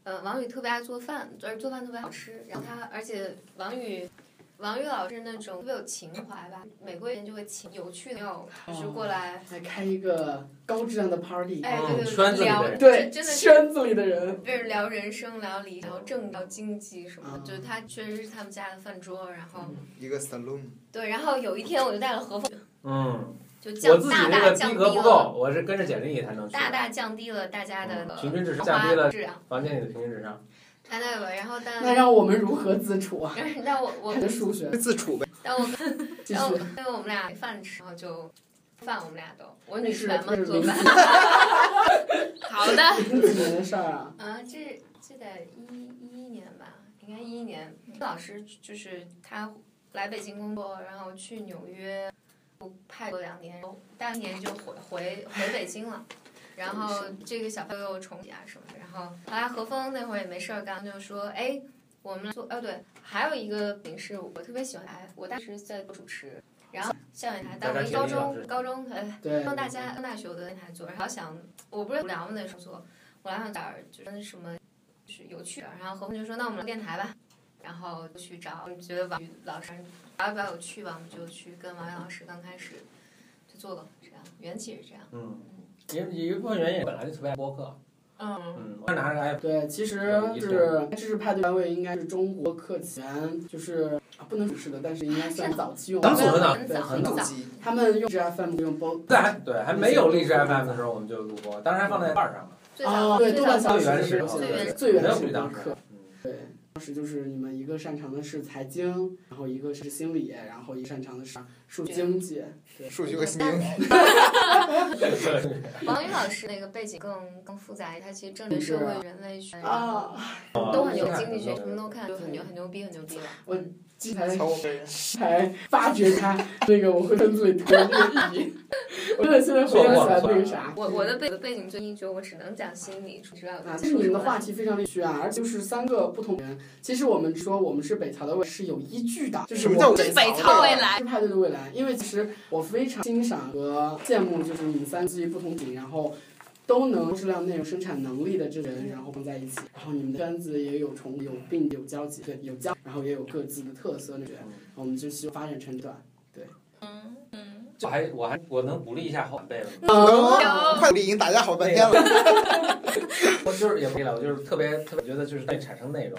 Speaker 3: 呃，王宇特别爱做饭，而且做饭特别好吃。然后他，而且王宇，王宇老师那种特别有情怀吧，每个人就会请有趣的友就是过来，
Speaker 4: 来开一个高质量的 party，
Speaker 3: 哎，
Speaker 5: 嗯
Speaker 3: 对对对，
Speaker 5: 圈子里的
Speaker 3: 聊
Speaker 5: 人
Speaker 4: 对，
Speaker 3: 真的是
Speaker 4: 圈子里的人，
Speaker 3: 就是聊人生、聊理、聊政、聊经济什么
Speaker 5: 啊
Speaker 3: 的，
Speaker 4: 嗯
Speaker 3: 就是他确实是他们家的饭桌。然后
Speaker 2: 一个 saloon，
Speaker 3: 对，然后有一天我就带了和风，
Speaker 5: 嗯，
Speaker 3: 就
Speaker 5: 我
Speaker 3: 降
Speaker 5: 自己
Speaker 3: 大
Speaker 5: 那
Speaker 3: 大
Speaker 5: 个
Speaker 3: 降
Speaker 5: 逼
Speaker 3: 低
Speaker 5: 格不
Speaker 3: 了，
Speaker 5: 够，我是跟着简历才能去的。
Speaker 3: 大大降低了大家的呃
Speaker 5: 嗯平均智商降低了
Speaker 3: 质量，
Speaker 5: 房间里的平均智商。
Speaker 3: 大大有，然后但
Speaker 4: 那让我们如何自
Speaker 3: [LAUGHS]
Speaker 4: 处啊？
Speaker 3: 但是但嗯我嗯我
Speaker 4: 看的数学，
Speaker 2: 自处呗。
Speaker 3: 但我
Speaker 4: 继
Speaker 3: 然后
Speaker 4: 续。
Speaker 3: 因为我们俩没饭吃，然后就饭我们俩都，我
Speaker 4: 那
Speaker 3: 女
Speaker 4: 是
Speaker 3: 权嘛
Speaker 4: 这是
Speaker 3: 做
Speaker 4: 零
Speaker 3: 饭。
Speaker 1: 好的，
Speaker 5: [LAUGHS]
Speaker 4: 零几年的事儿啊，
Speaker 3: 啊，这这得一一一年吧，应该一一年。老师就是他来北京工作，然后去纽约派过两年，大一年就回回回北京了。然后这个小朋友又重启啊什么的，然后后来何峰那会儿也没事儿干，就说哎，我们做哦对，还有一个影视我特别喜欢，哎我当时在做主持，然后校园台，但我
Speaker 5: 大
Speaker 3: 们
Speaker 5: 家
Speaker 3: 高
Speaker 5: 学历老师
Speaker 3: 中高中呃
Speaker 4: 对，
Speaker 3: 上大家上大学我都在台做，然后想我不是无聊嘛那时候做，我来想点儿就是什么就是有趣的，然后何峰就说那我们来电台吧，然后就去找我们觉得王宇老师玩比较有趣吧，我们就去跟王宇老师刚开始就做了这样，缘起是这样，
Speaker 5: 嗯，也有一部分原因本来就特别爱播客，
Speaker 3: 嗯。
Speaker 5: 嗯，我拿着 i
Speaker 4: 对，其实就是
Speaker 5: 啊
Speaker 4: 知识派对单位应该是中国客前，就是啊不能说是的，但是应该算早期用。
Speaker 5: 咱们所谓的
Speaker 3: 很早
Speaker 4: 很
Speaker 2: 很
Speaker 3: 早
Speaker 2: 机。
Speaker 4: 他们用 FM 用播
Speaker 5: 在还对还没有荔枝 FM 的时候，我们就录播，当时还放在瓣儿 [LAUGHS] 上了。
Speaker 3: 最
Speaker 4: 哦，
Speaker 3: 早
Speaker 4: 对，
Speaker 3: 最
Speaker 4: 豆
Speaker 3: 早
Speaker 4: 瓣
Speaker 3: 是
Speaker 4: 小
Speaker 5: 最
Speaker 4: 时
Speaker 5: 原
Speaker 4: 的
Speaker 5: 始
Speaker 4: 时候
Speaker 3: 最原始
Speaker 4: 最原
Speaker 5: 没有
Speaker 4: 始
Speaker 5: 绿
Speaker 4: 的
Speaker 5: 当时
Speaker 4: 课。，对，当时就是你们一个擅长的是财经，然后一个是心理，然后一个擅长的是数经济。对，
Speaker 2: 数学和心灵，
Speaker 3: 王宇老师那个背景更更复杂，他其实政治、社会、人类学
Speaker 4: 啊，
Speaker 3: 都很牛，经济学什么都看，就很牛，很牛逼，很牛逼了。
Speaker 4: 我这才
Speaker 2: 从我本人
Speaker 4: 才发觉他那个我会跟嘴脱这个意义。我真的现在回想起来那个啥，
Speaker 3: 我我的背我的背景最英雄，我只能讲心理，除此之外我
Speaker 4: 啊，
Speaker 3: 讲
Speaker 4: 就是你们的话
Speaker 3: 话
Speaker 4: 题非常有趣啊，而且就是三个不同人。其实我们说我们是北朝的未来是有依据的，就是
Speaker 2: 什么叫
Speaker 4: 我
Speaker 2: 北
Speaker 1: 是北
Speaker 2: 朝
Speaker 1: 朝
Speaker 2: 未
Speaker 1: 未
Speaker 2: 来
Speaker 1: 来，
Speaker 4: 是派对的未来，因为其实我非常欣赏和羡慕，就是你们三基于不同景，然后都能质量内容生产能力的这人，然后放在一起，然后你们的圈子也有重有并有交集，对，有交，然后也有各自的特色，那个，然后我们就希望发展成短。
Speaker 1: 嗯嗯，
Speaker 5: 我还我还我能鼓励一下后辈吗？
Speaker 2: 能
Speaker 1: 有
Speaker 2: 哦快已经打架好半天
Speaker 5: 啊
Speaker 2: 了，
Speaker 5: [LAUGHS] 我就是也不了，我就是特别特别觉得就是对产生内容，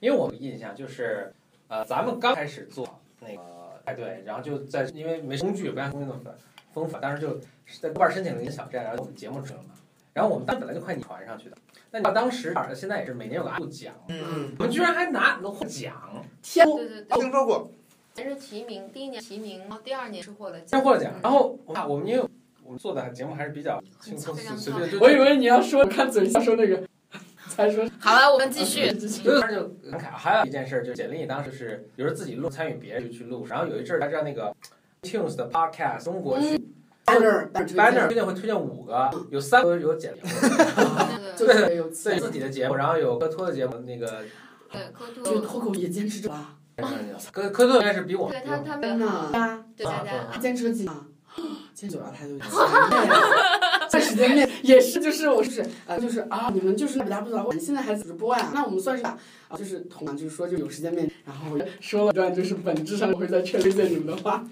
Speaker 5: 因为我有印象就是，呃，咱们刚开始做那个派对，然后就在因为没工具，不像工具那么丰富，当时就是在豆瓣申请了一个小站，然后我们节目出了嘛，然后我们当时本来就快传上去的，那你知道当时现在也是每年有个阿布奖，
Speaker 2: 嗯，
Speaker 5: 我们居然还拿获奖，
Speaker 4: 天，
Speaker 3: 对对对，
Speaker 2: 听说过，
Speaker 3: 先是提名，第一年提名，然后第二年是获了
Speaker 5: 先
Speaker 3: 奖，
Speaker 5: 获了奖，
Speaker 4: 哦
Speaker 5: 然后我我们因为我们做的节目还是比较轻松随便，就
Speaker 4: 我以为你要说，我看嘴上说那个，才说
Speaker 1: 好了，我们继续。
Speaker 5: 所以他就感慨。还有一件事，就是简历当时是，比如说自己录，参与别人去录，然后有一阵儿他知道那个 Tunes 的 Podcast 中
Speaker 3: 嗯
Speaker 5: 国区
Speaker 4: banner
Speaker 5: banner 推荐会推荐五个，有三个有简历，
Speaker 3: 对对
Speaker 4: 就是有
Speaker 5: 自己自己的节目，然后有科托的节目，那个
Speaker 3: 对，科度，
Speaker 4: 就脱口也坚持着吧，
Speaker 5: 科科托应该是比我
Speaker 3: 哦对他他没
Speaker 4: 真
Speaker 3: 有好，
Speaker 4: 的，
Speaker 3: 对大家
Speaker 5: 啊
Speaker 4: 坚持了几年。坚持了太多了，在时间内也是，就是我是呃，就是啊，你们就是大不咋，你现在还主播呀？那我们算是吧，啊，就是同样就是说就有时间面，然后我就说了一段，就是本质上我会在劝推荐你们的话，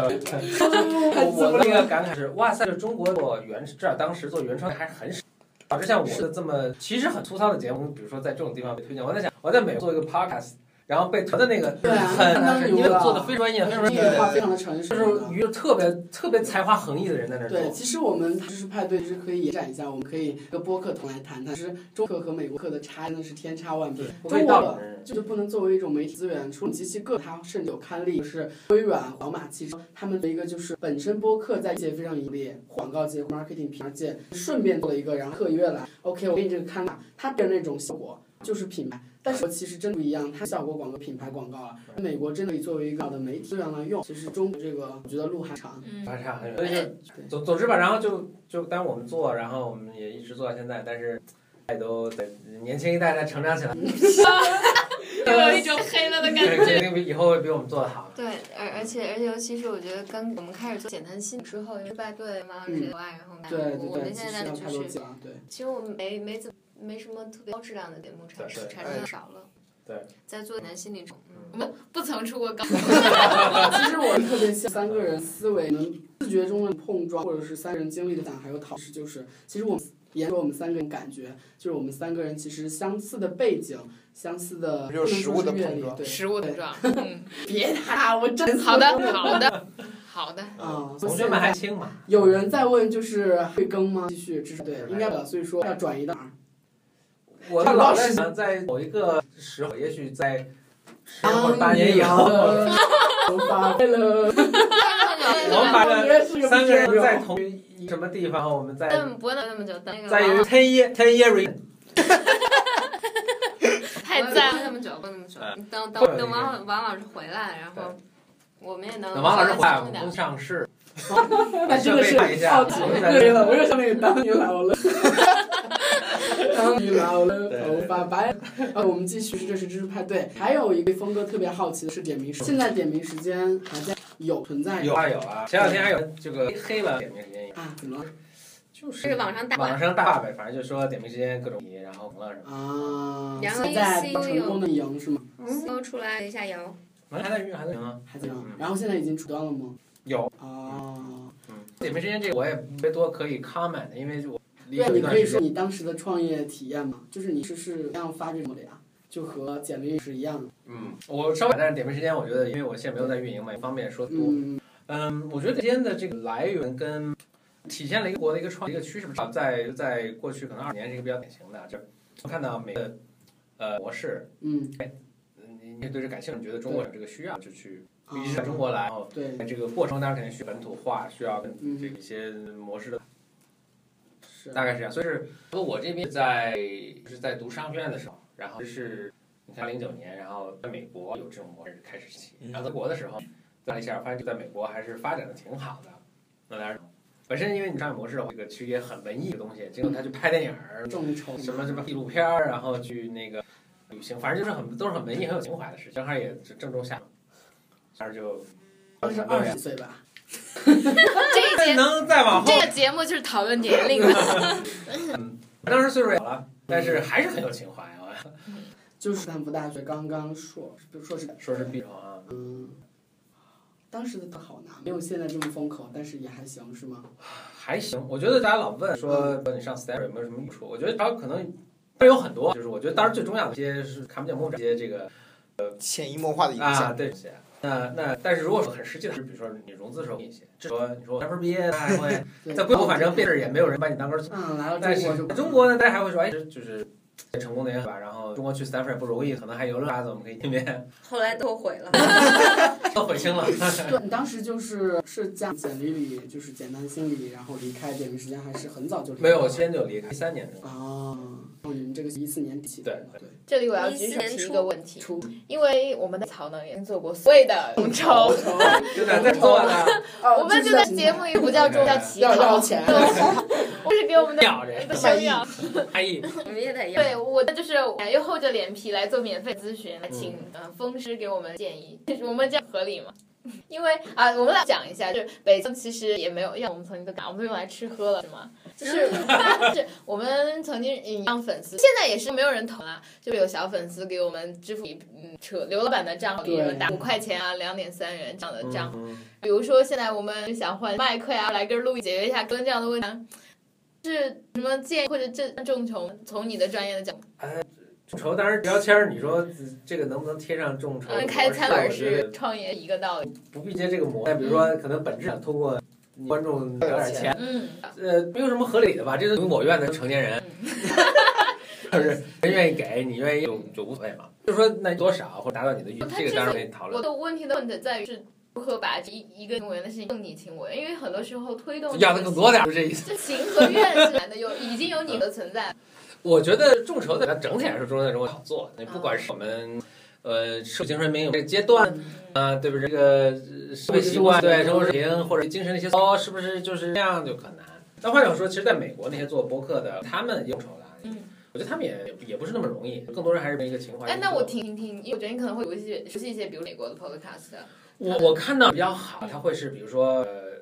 Speaker 5: [LAUGHS] 我我那个感慨是，哇塞，就中国做原至少当时做原创还很少。导致像我的这么其实很粗糙的节目，比如说在这种地方被推荐，我在想，我在美国做一个 podcast，然后被投的那个
Speaker 4: 对啊
Speaker 5: 很
Speaker 4: 那是
Speaker 5: 因为
Speaker 4: 有的
Speaker 5: 做的非专业，非专
Speaker 4: 这
Speaker 5: 业
Speaker 4: 个
Speaker 5: 的，
Speaker 4: 话非常的成熟，
Speaker 5: 就是一个特别特别才华横溢的人在那儿
Speaker 4: 对，
Speaker 5: 做。
Speaker 4: 其实我们知识派对其实可以延展一下，我们可以跟播客同来谈谈，就是中客和美国客的差异呢是天差万别。
Speaker 5: 不可
Speaker 4: 中
Speaker 5: 以
Speaker 4: 国
Speaker 5: 到你
Speaker 4: 的
Speaker 5: 这
Speaker 4: 就是不能作为一种媒体资源，除了及其个，它甚至有刊例，就是微软、宝马汽车，他们的一个就是本身播客在业界非常盈利，广告界、marketing PR 界顺便做了一个，然后客越来，OK，我给你这个刊了，它变成那种效果就是品牌。但是其实真不一样，它效果广告、品牌广告了。美国真的可以作为一个好的媒体资源来用，其实中国这个我觉得路还长。
Speaker 1: 嗯，
Speaker 5: 还差很远。所以就总总之吧，然后就就当我们做，然后我们也一直做到现在，但是也都得年轻一代在成长起
Speaker 4: [LAUGHS]
Speaker 5: 来，
Speaker 1: 有一种黑了的感
Speaker 5: 肯
Speaker 1: 觉。
Speaker 5: 定比以后会比我们做的好。
Speaker 3: 对，而而且而且尤其是我觉得刚我们开始做简单心理之后，因为拜对嘛，
Speaker 4: 嗯
Speaker 3: 而且国外，然后
Speaker 4: 对对
Speaker 3: 我们现
Speaker 4: 对，其
Speaker 3: 在
Speaker 4: 实要
Speaker 3: 就
Speaker 4: 太多
Speaker 3: 是，
Speaker 4: 讲了，对。
Speaker 3: 其实我们没没怎没什么特别高质量的节目产生产生
Speaker 5: 哎
Speaker 3: 的少了，在做简单心理嗯中，
Speaker 5: 嗯
Speaker 1: 我们不曾出过高。
Speaker 4: 其实我特别像三个人思维能自觉中的碰撞，或者是三人经历的讲，还有讨论，就是其实我们研究我们三个人感觉，就是我们三个人其实相似的背景、相似的
Speaker 2: 就是食物的
Speaker 4: 不能说是阅
Speaker 2: 碰
Speaker 4: 历
Speaker 2: 撞
Speaker 4: 对，
Speaker 1: 食物的状，嗯，
Speaker 4: 别打我
Speaker 3: 嗯
Speaker 4: 真
Speaker 1: 好的，好的，好的。
Speaker 4: 啊，
Speaker 5: 同学们还轻嘛？
Speaker 4: 有人在问，就是会更吗？继续，这是对，应该的，所以说要转移到哪儿？
Speaker 5: 我老在想，在某一个时候，也许在十或者八年以后，
Speaker 4: [LAUGHS] 我发背了，
Speaker 5: 我们把
Speaker 4: 个
Speaker 5: 三个人在同一什么地方，我们在
Speaker 3: 但不会那么久，等那个
Speaker 5: 在
Speaker 8: 啊
Speaker 5: 于 ten year ten year
Speaker 1: 太赞了！
Speaker 3: 那么久，不那么久。
Speaker 5: 哎
Speaker 3: 等等等王王老师回来，然后
Speaker 9: 我们也
Speaker 8: 嗯
Speaker 9: 能
Speaker 5: 等王老师
Speaker 9: 稍微
Speaker 5: 回来，
Speaker 9: 轻松点
Speaker 5: 我们公上市，
Speaker 4: [LAUGHS] 那真的是
Speaker 5: 看一下
Speaker 4: 好极了，我又想那个当你老了，当你老了哦头发白。呃，我们继续，这是知识派对，还有一个峰哥特别好奇的是点名时，现在点名时间还在有存在
Speaker 5: 有啊有啊，前两天还有这个黑了点名时间，
Speaker 4: 啊？怎么了
Speaker 5: 就是
Speaker 8: 这个网上大
Speaker 5: 网上大呗，反正就说点名时间各种疑，然后红了什么，
Speaker 4: 啊？
Speaker 8: 然后
Speaker 4: 现在
Speaker 8: CEO
Speaker 4: 成功的赢是吗？
Speaker 8: 搜出来等一下
Speaker 5: [LAUGHS]
Speaker 8: 摇，
Speaker 5: 完还在运还在运啊，
Speaker 4: 还在吗
Speaker 5: 嗯
Speaker 4: 然后现在已经出端了吗？
Speaker 5: 有，
Speaker 4: 啊，
Speaker 5: 嗯，点名时间这个我也别多可以 comment，因为我离
Speaker 4: 对，啊
Speaker 5: 有
Speaker 4: 你
Speaker 5: 一段
Speaker 4: 可以
Speaker 5: 时
Speaker 4: 说
Speaker 5: 间，
Speaker 4: 你当时的创业体验嘛，就是你是是怎样发这种的呀？就和简历是一样的。
Speaker 5: 嗯，我稍微但是点名时间我觉得，因为我现在没有在运营嘛，也不方便说多，
Speaker 4: 嗯，
Speaker 5: 嗯，我觉得时间的这个来源跟体现了一个国的一个创一个趋势吧，在在过去可能二十年是一个比较典型的，就是我看到每个呃模式，
Speaker 4: 嗯，
Speaker 5: 嗯你你对这感兴趣，觉得中国有这个需要，就去
Speaker 4: 啊
Speaker 5: 一直在中国来，然后
Speaker 4: 对
Speaker 5: 在这个过程当然肯定需要本土化，需要
Speaker 4: 嗯
Speaker 5: 这个一些模式的，
Speaker 4: 是
Speaker 5: 大概是这样。所以是，不过我这边在就是在读商学院的时候，然后就是你看零九年，然后在美国有这种模式开始起，然后在国的时候，在了一下发现就在美国还是发展的挺好的。那当然，本身因为你商业模式的话，这个其实也很文艺的东西，结果他去拍电影儿，
Speaker 4: 众筹
Speaker 5: 什么什么纪录片儿，然后去那个旅行，反正就是很都是很文艺、很有情怀的事情，正好也正中下，当时就
Speaker 4: 当时二十岁吧，
Speaker 3: 这一节
Speaker 5: 能再往后
Speaker 3: 这个节目就是讨论年龄
Speaker 5: [LAUGHS]
Speaker 3: 的，
Speaker 5: 当时岁数也小了，但是还是很有情怀啊。
Speaker 4: 就是斯坦福大学刚刚硕，不是硕士，
Speaker 5: 说是必成啊，
Speaker 4: 嗯，当时的好难，没有现在这么风口，但是也还行，是吗？
Speaker 5: 还行。我觉得大家老问说呃你上 Stanford 有没有什么益处，我觉得它可能它有很多，就是我觉得当然最重要的一些是看不见摸不着一些这个
Speaker 2: 潜移默化的影
Speaker 5: 啊，
Speaker 2: 响。
Speaker 5: 对。那那但是如果说很实际的，比如说你融资的时候，你先说你说我 never 毕业，大家会
Speaker 4: 对
Speaker 5: 在硅谷反正变事也没有人把你当根儿
Speaker 4: 嗯，来
Speaker 5: 但
Speaker 4: 了中
Speaker 5: 是
Speaker 4: 国就
Speaker 5: 中国呢，大家还会说，哎，就是成功的也很吧，然后中国去 Stanford 也不容易，可能还有啥子我们可以见面，
Speaker 8: 后来都后悔了。
Speaker 5: 都悔青了。 [LAUGHS]
Speaker 4: 对，你当时就是是这样，简历里就是简单心理，然后离开点名时间还是很早就离开
Speaker 5: 没有，我先就离开，一三年的时候
Speaker 4: 啊，你们这个一四年起的
Speaker 5: 对
Speaker 4: 对，
Speaker 3: 这里我要
Speaker 8: 一四
Speaker 3: 举手
Speaker 8: 年
Speaker 3: 提一
Speaker 8: 初
Speaker 3: 个问题，
Speaker 4: 出
Speaker 3: 因为我们的曹能也做过所谓的众筹，
Speaker 5: 就在这做呢，
Speaker 8: 哦
Speaker 3: 我们就在节目里不叫众，叫乞讨，
Speaker 4: 要要钱
Speaker 3: [LAUGHS] 就是给我们的
Speaker 5: 要人
Speaker 3: 不想要。
Speaker 5: 哎呀，
Speaker 8: 我们也得要。
Speaker 3: 对我，就是哎又厚着脸皮来做免费咨询，来请呃风师给我们建议，我们这样合理吗？ [LAUGHS] 因为啊，我们来讲一下，就是北京其实也没有，让我们曾经都干，我们都用来吃喝了，是吗？就是 [LAUGHS] 是我们曾经嗯让粉丝，现在也是没有人投啊，就是有小粉丝给我们支付一嗯扯刘老板的账号给我们打五块钱啊，两点三元 [LAUGHS] 这样的
Speaker 5: 嗯
Speaker 3: 账号。比如说现在我们想换麦克呀，来跟路易解决一下跟这样的问题，啊是什么建议或者这众筹？从你的专业的角度，
Speaker 5: 众筹当然标签儿，你说这个能不能贴上众筹？
Speaker 3: 跟嗯开餐
Speaker 5: 我
Speaker 3: 馆
Speaker 5: 觉
Speaker 3: 是
Speaker 5: 得
Speaker 3: 创业一个道理。
Speaker 5: 不必接这个膜。但比如说，可能本质上通过观众搞嗯点钱，
Speaker 3: 嗯，
Speaker 5: 呃，没有什么合理的吧？这都我愿的成年人，就是人愿意给，你愿意就就无所谓嘛。就是说，那多少或者达到你的预期，
Speaker 3: 他
Speaker 5: 这
Speaker 3: 之所
Speaker 5: 个
Speaker 3: 以
Speaker 5: 当然可以讨
Speaker 3: 我
Speaker 5: 论。
Speaker 3: 的问题的问题在于是如何把这一一个公务员的事情更你情我愿，因为很多时候推动
Speaker 5: 要的更多点，儿，就这意思。
Speaker 3: 这情和愿是难的，有已经有你的存在。
Speaker 5: 我觉得众筹在整体来说，众筹在中国好做。你不管是我们呃社会精神民有这个阶段，
Speaker 3: 嗯
Speaker 5: 啊、对不对？这个呃社会习惯、对生活水平或者精神的一些哦，是不是就是这样就很难？但换句话说，其实在美国那些做播客的，他们也众筹的。
Speaker 3: 嗯
Speaker 5: 我觉得他们也也也不是那么容易，更多人还是没一个情怀。
Speaker 3: 哎，那我听一听，因为我觉得你可能会有一些熟悉一些，比如美国的 podcast。
Speaker 5: 我我看到比较好，他会是比如说呃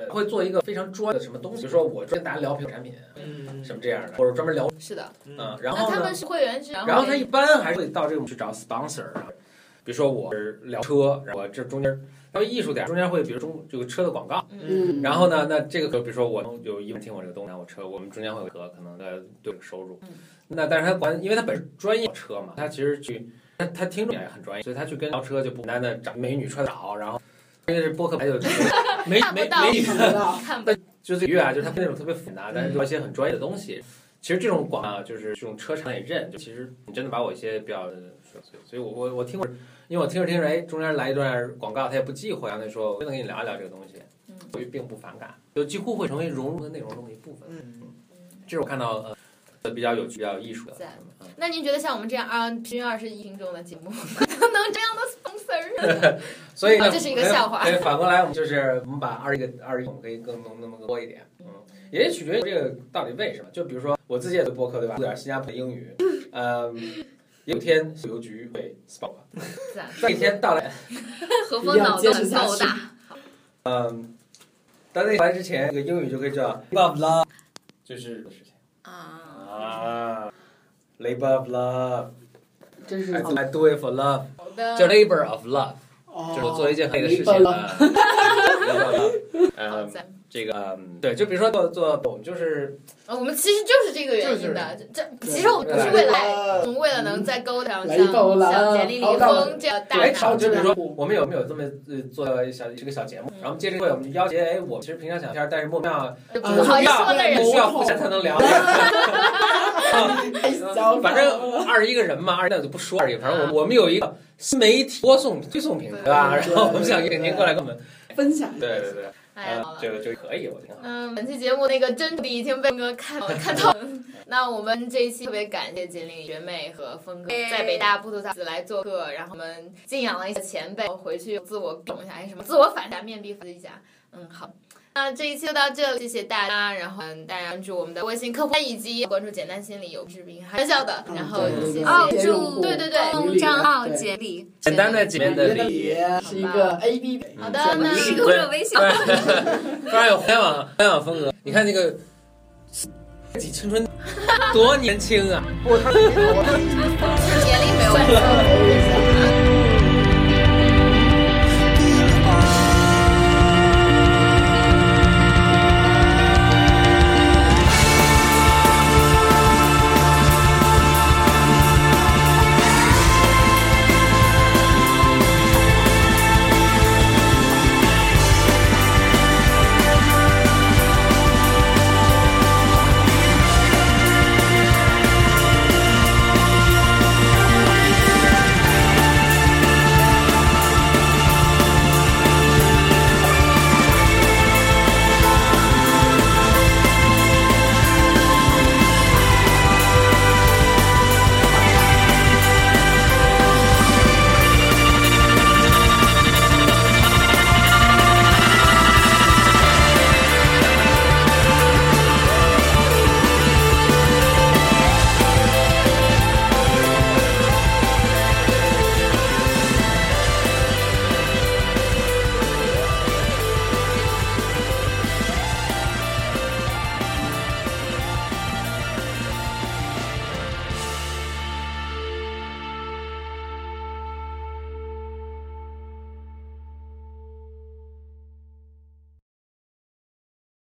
Speaker 5: 呃，会做一个非常专的什么东西，比如说我专门跟大家聊苹果产品
Speaker 2: 嗯
Speaker 5: 什么这样的，或者专门聊
Speaker 3: 是的，
Speaker 5: 嗯，然
Speaker 3: 那
Speaker 5: 后
Speaker 3: 他
Speaker 5: 呢
Speaker 3: 们？是会员制，
Speaker 5: 然后
Speaker 3: 他
Speaker 5: 他一般还会到这个去找 sponsor，然后比如说我是聊车，然后我这中间稍微艺术点，中间会比如中这个车的广告，
Speaker 3: 嗯，
Speaker 4: 嗯，
Speaker 5: 然后呢，那这个就比如说我有一人听我这个东西，我车我们中间会有个可能的对应收入
Speaker 3: 嗯，
Speaker 5: 那但是他管，因为他本身专业聊车嘛，他其实去他他听众也很专业，所以他去跟聊车就不简单的找美女穿得好，然后因为是播客牌就
Speaker 3: [LAUGHS]
Speaker 5: 美
Speaker 3: 看不
Speaker 5: 美
Speaker 3: 到
Speaker 5: 美女
Speaker 4: 看得到，
Speaker 3: 看不
Speaker 5: 就是乐啊，就是他们那种特别复杂，但是做一些很专业的东西。其实这种广啊，就是这种车厂也认，就其实你真的把我一些比较，所以我我我听过，因为我听着听着，哎，中间来一段广告，他也不忌讳，然啊后他说我真的跟你聊一聊这个东西，
Speaker 3: 嗯
Speaker 5: 我就并不反感，就几乎会成为融入的内容中的一部分。
Speaker 2: 嗯，
Speaker 5: 这是我看到呃比较有趣、比较有艺术的
Speaker 3: 在。
Speaker 5: 嗯
Speaker 3: 那 [LAUGHS] 您觉得像我们这样啊，平均二十一听众的节目，能这样的 sponsor？
Speaker 5: 所以
Speaker 3: 啊这是一个笑话
Speaker 5: 对，反过来我们就是我们把二一个二一，我们可以更弄那么多一点，嗯，也取决于这个到底为什么。就比如说我自己也做播客对吧，有点新加坡英语，嗯，有一天旅游局会 s p o
Speaker 3: 自然
Speaker 5: 那一天到来，
Speaker 3: 何峰脑洞够大，
Speaker 5: 嗯，当那来之前，这个英语就可以叫 l o v e love，就是的事情
Speaker 3: 啊，
Speaker 5: 啊，labor of love，
Speaker 4: 真
Speaker 3: 嗯
Speaker 4: 是
Speaker 5: I I do it for love，
Speaker 3: 好的
Speaker 5: 叫 labor of love。
Speaker 4: 哦，
Speaker 5: 就是做一件累的事情。
Speaker 4: 明白了
Speaker 5: 啊明白了
Speaker 3: [LAUGHS] 好
Speaker 5: 嗯，
Speaker 3: 赞
Speaker 5: 这个嗯对，就比如说做做，我们就是
Speaker 3: 呃我们其实就是这个原因的，这这
Speaker 4: 对
Speaker 3: 其实我们不是为了，我们为了能在勾搭上像
Speaker 5: 啊
Speaker 3: 像简历李峰这样大
Speaker 5: 哎，
Speaker 3: 拿
Speaker 5: 好，就比如
Speaker 4: 大
Speaker 5: 说
Speaker 4: 脑部
Speaker 5: 我们有没有这么呃做小这个小节目，然后我们接着会，我们就邀请哎，我们其实平常想聊天，但是莫名
Speaker 3: 就
Speaker 5: 啊
Speaker 3: 不好意思说的
Speaker 5: 其妙
Speaker 3: 人
Speaker 5: 需，要付钱才能聊。反正二十一个人嘛，二那就不说二十一个，反正我们我们有一个新媒体播送推送平台，对吧？
Speaker 4: 对
Speaker 5: 然后我们想请您过来跟我们，
Speaker 4: 分享一下，
Speaker 5: 对对对，
Speaker 3: 哎呀
Speaker 5: 嗯，这个就可以，我觉得。
Speaker 3: 嗯，本期节目那个真理已经被峰哥看看透了。那我们这一期特别感谢锦鲤学妹和峰哥在北大布鲁萨斯来做客，然后我们敬仰了一下前辈，回去自我懂一下，哎，什么自我反杀面壁思一下。嗯，好。那这一期就到这里，谢谢大家，然后嗯大家关注我们的微信客户端以及关注简单心理有治病还有笑的，然后谢谢。
Speaker 1: 哦
Speaker 4: 对
Speaker 1: 祝
Speaker 3: 对对对
Speaker 1: 公账号
Speaker 4: 对
Speaker 1: 简历，
Speaker 5: 简单的几面的
Speaker 4: 的
Speaker 5: 礼，
Speaker 4: 是一个 A B，
Speaker 3: 好的那
Speaker 1: 提供者微信号。
Speaker 5: 当然有互联网互联网风格。你看那个，几青春，多年轻啊！
Speaker 10: 不，他我他
Speaker 3: [LAUGHS] 简历没有问题。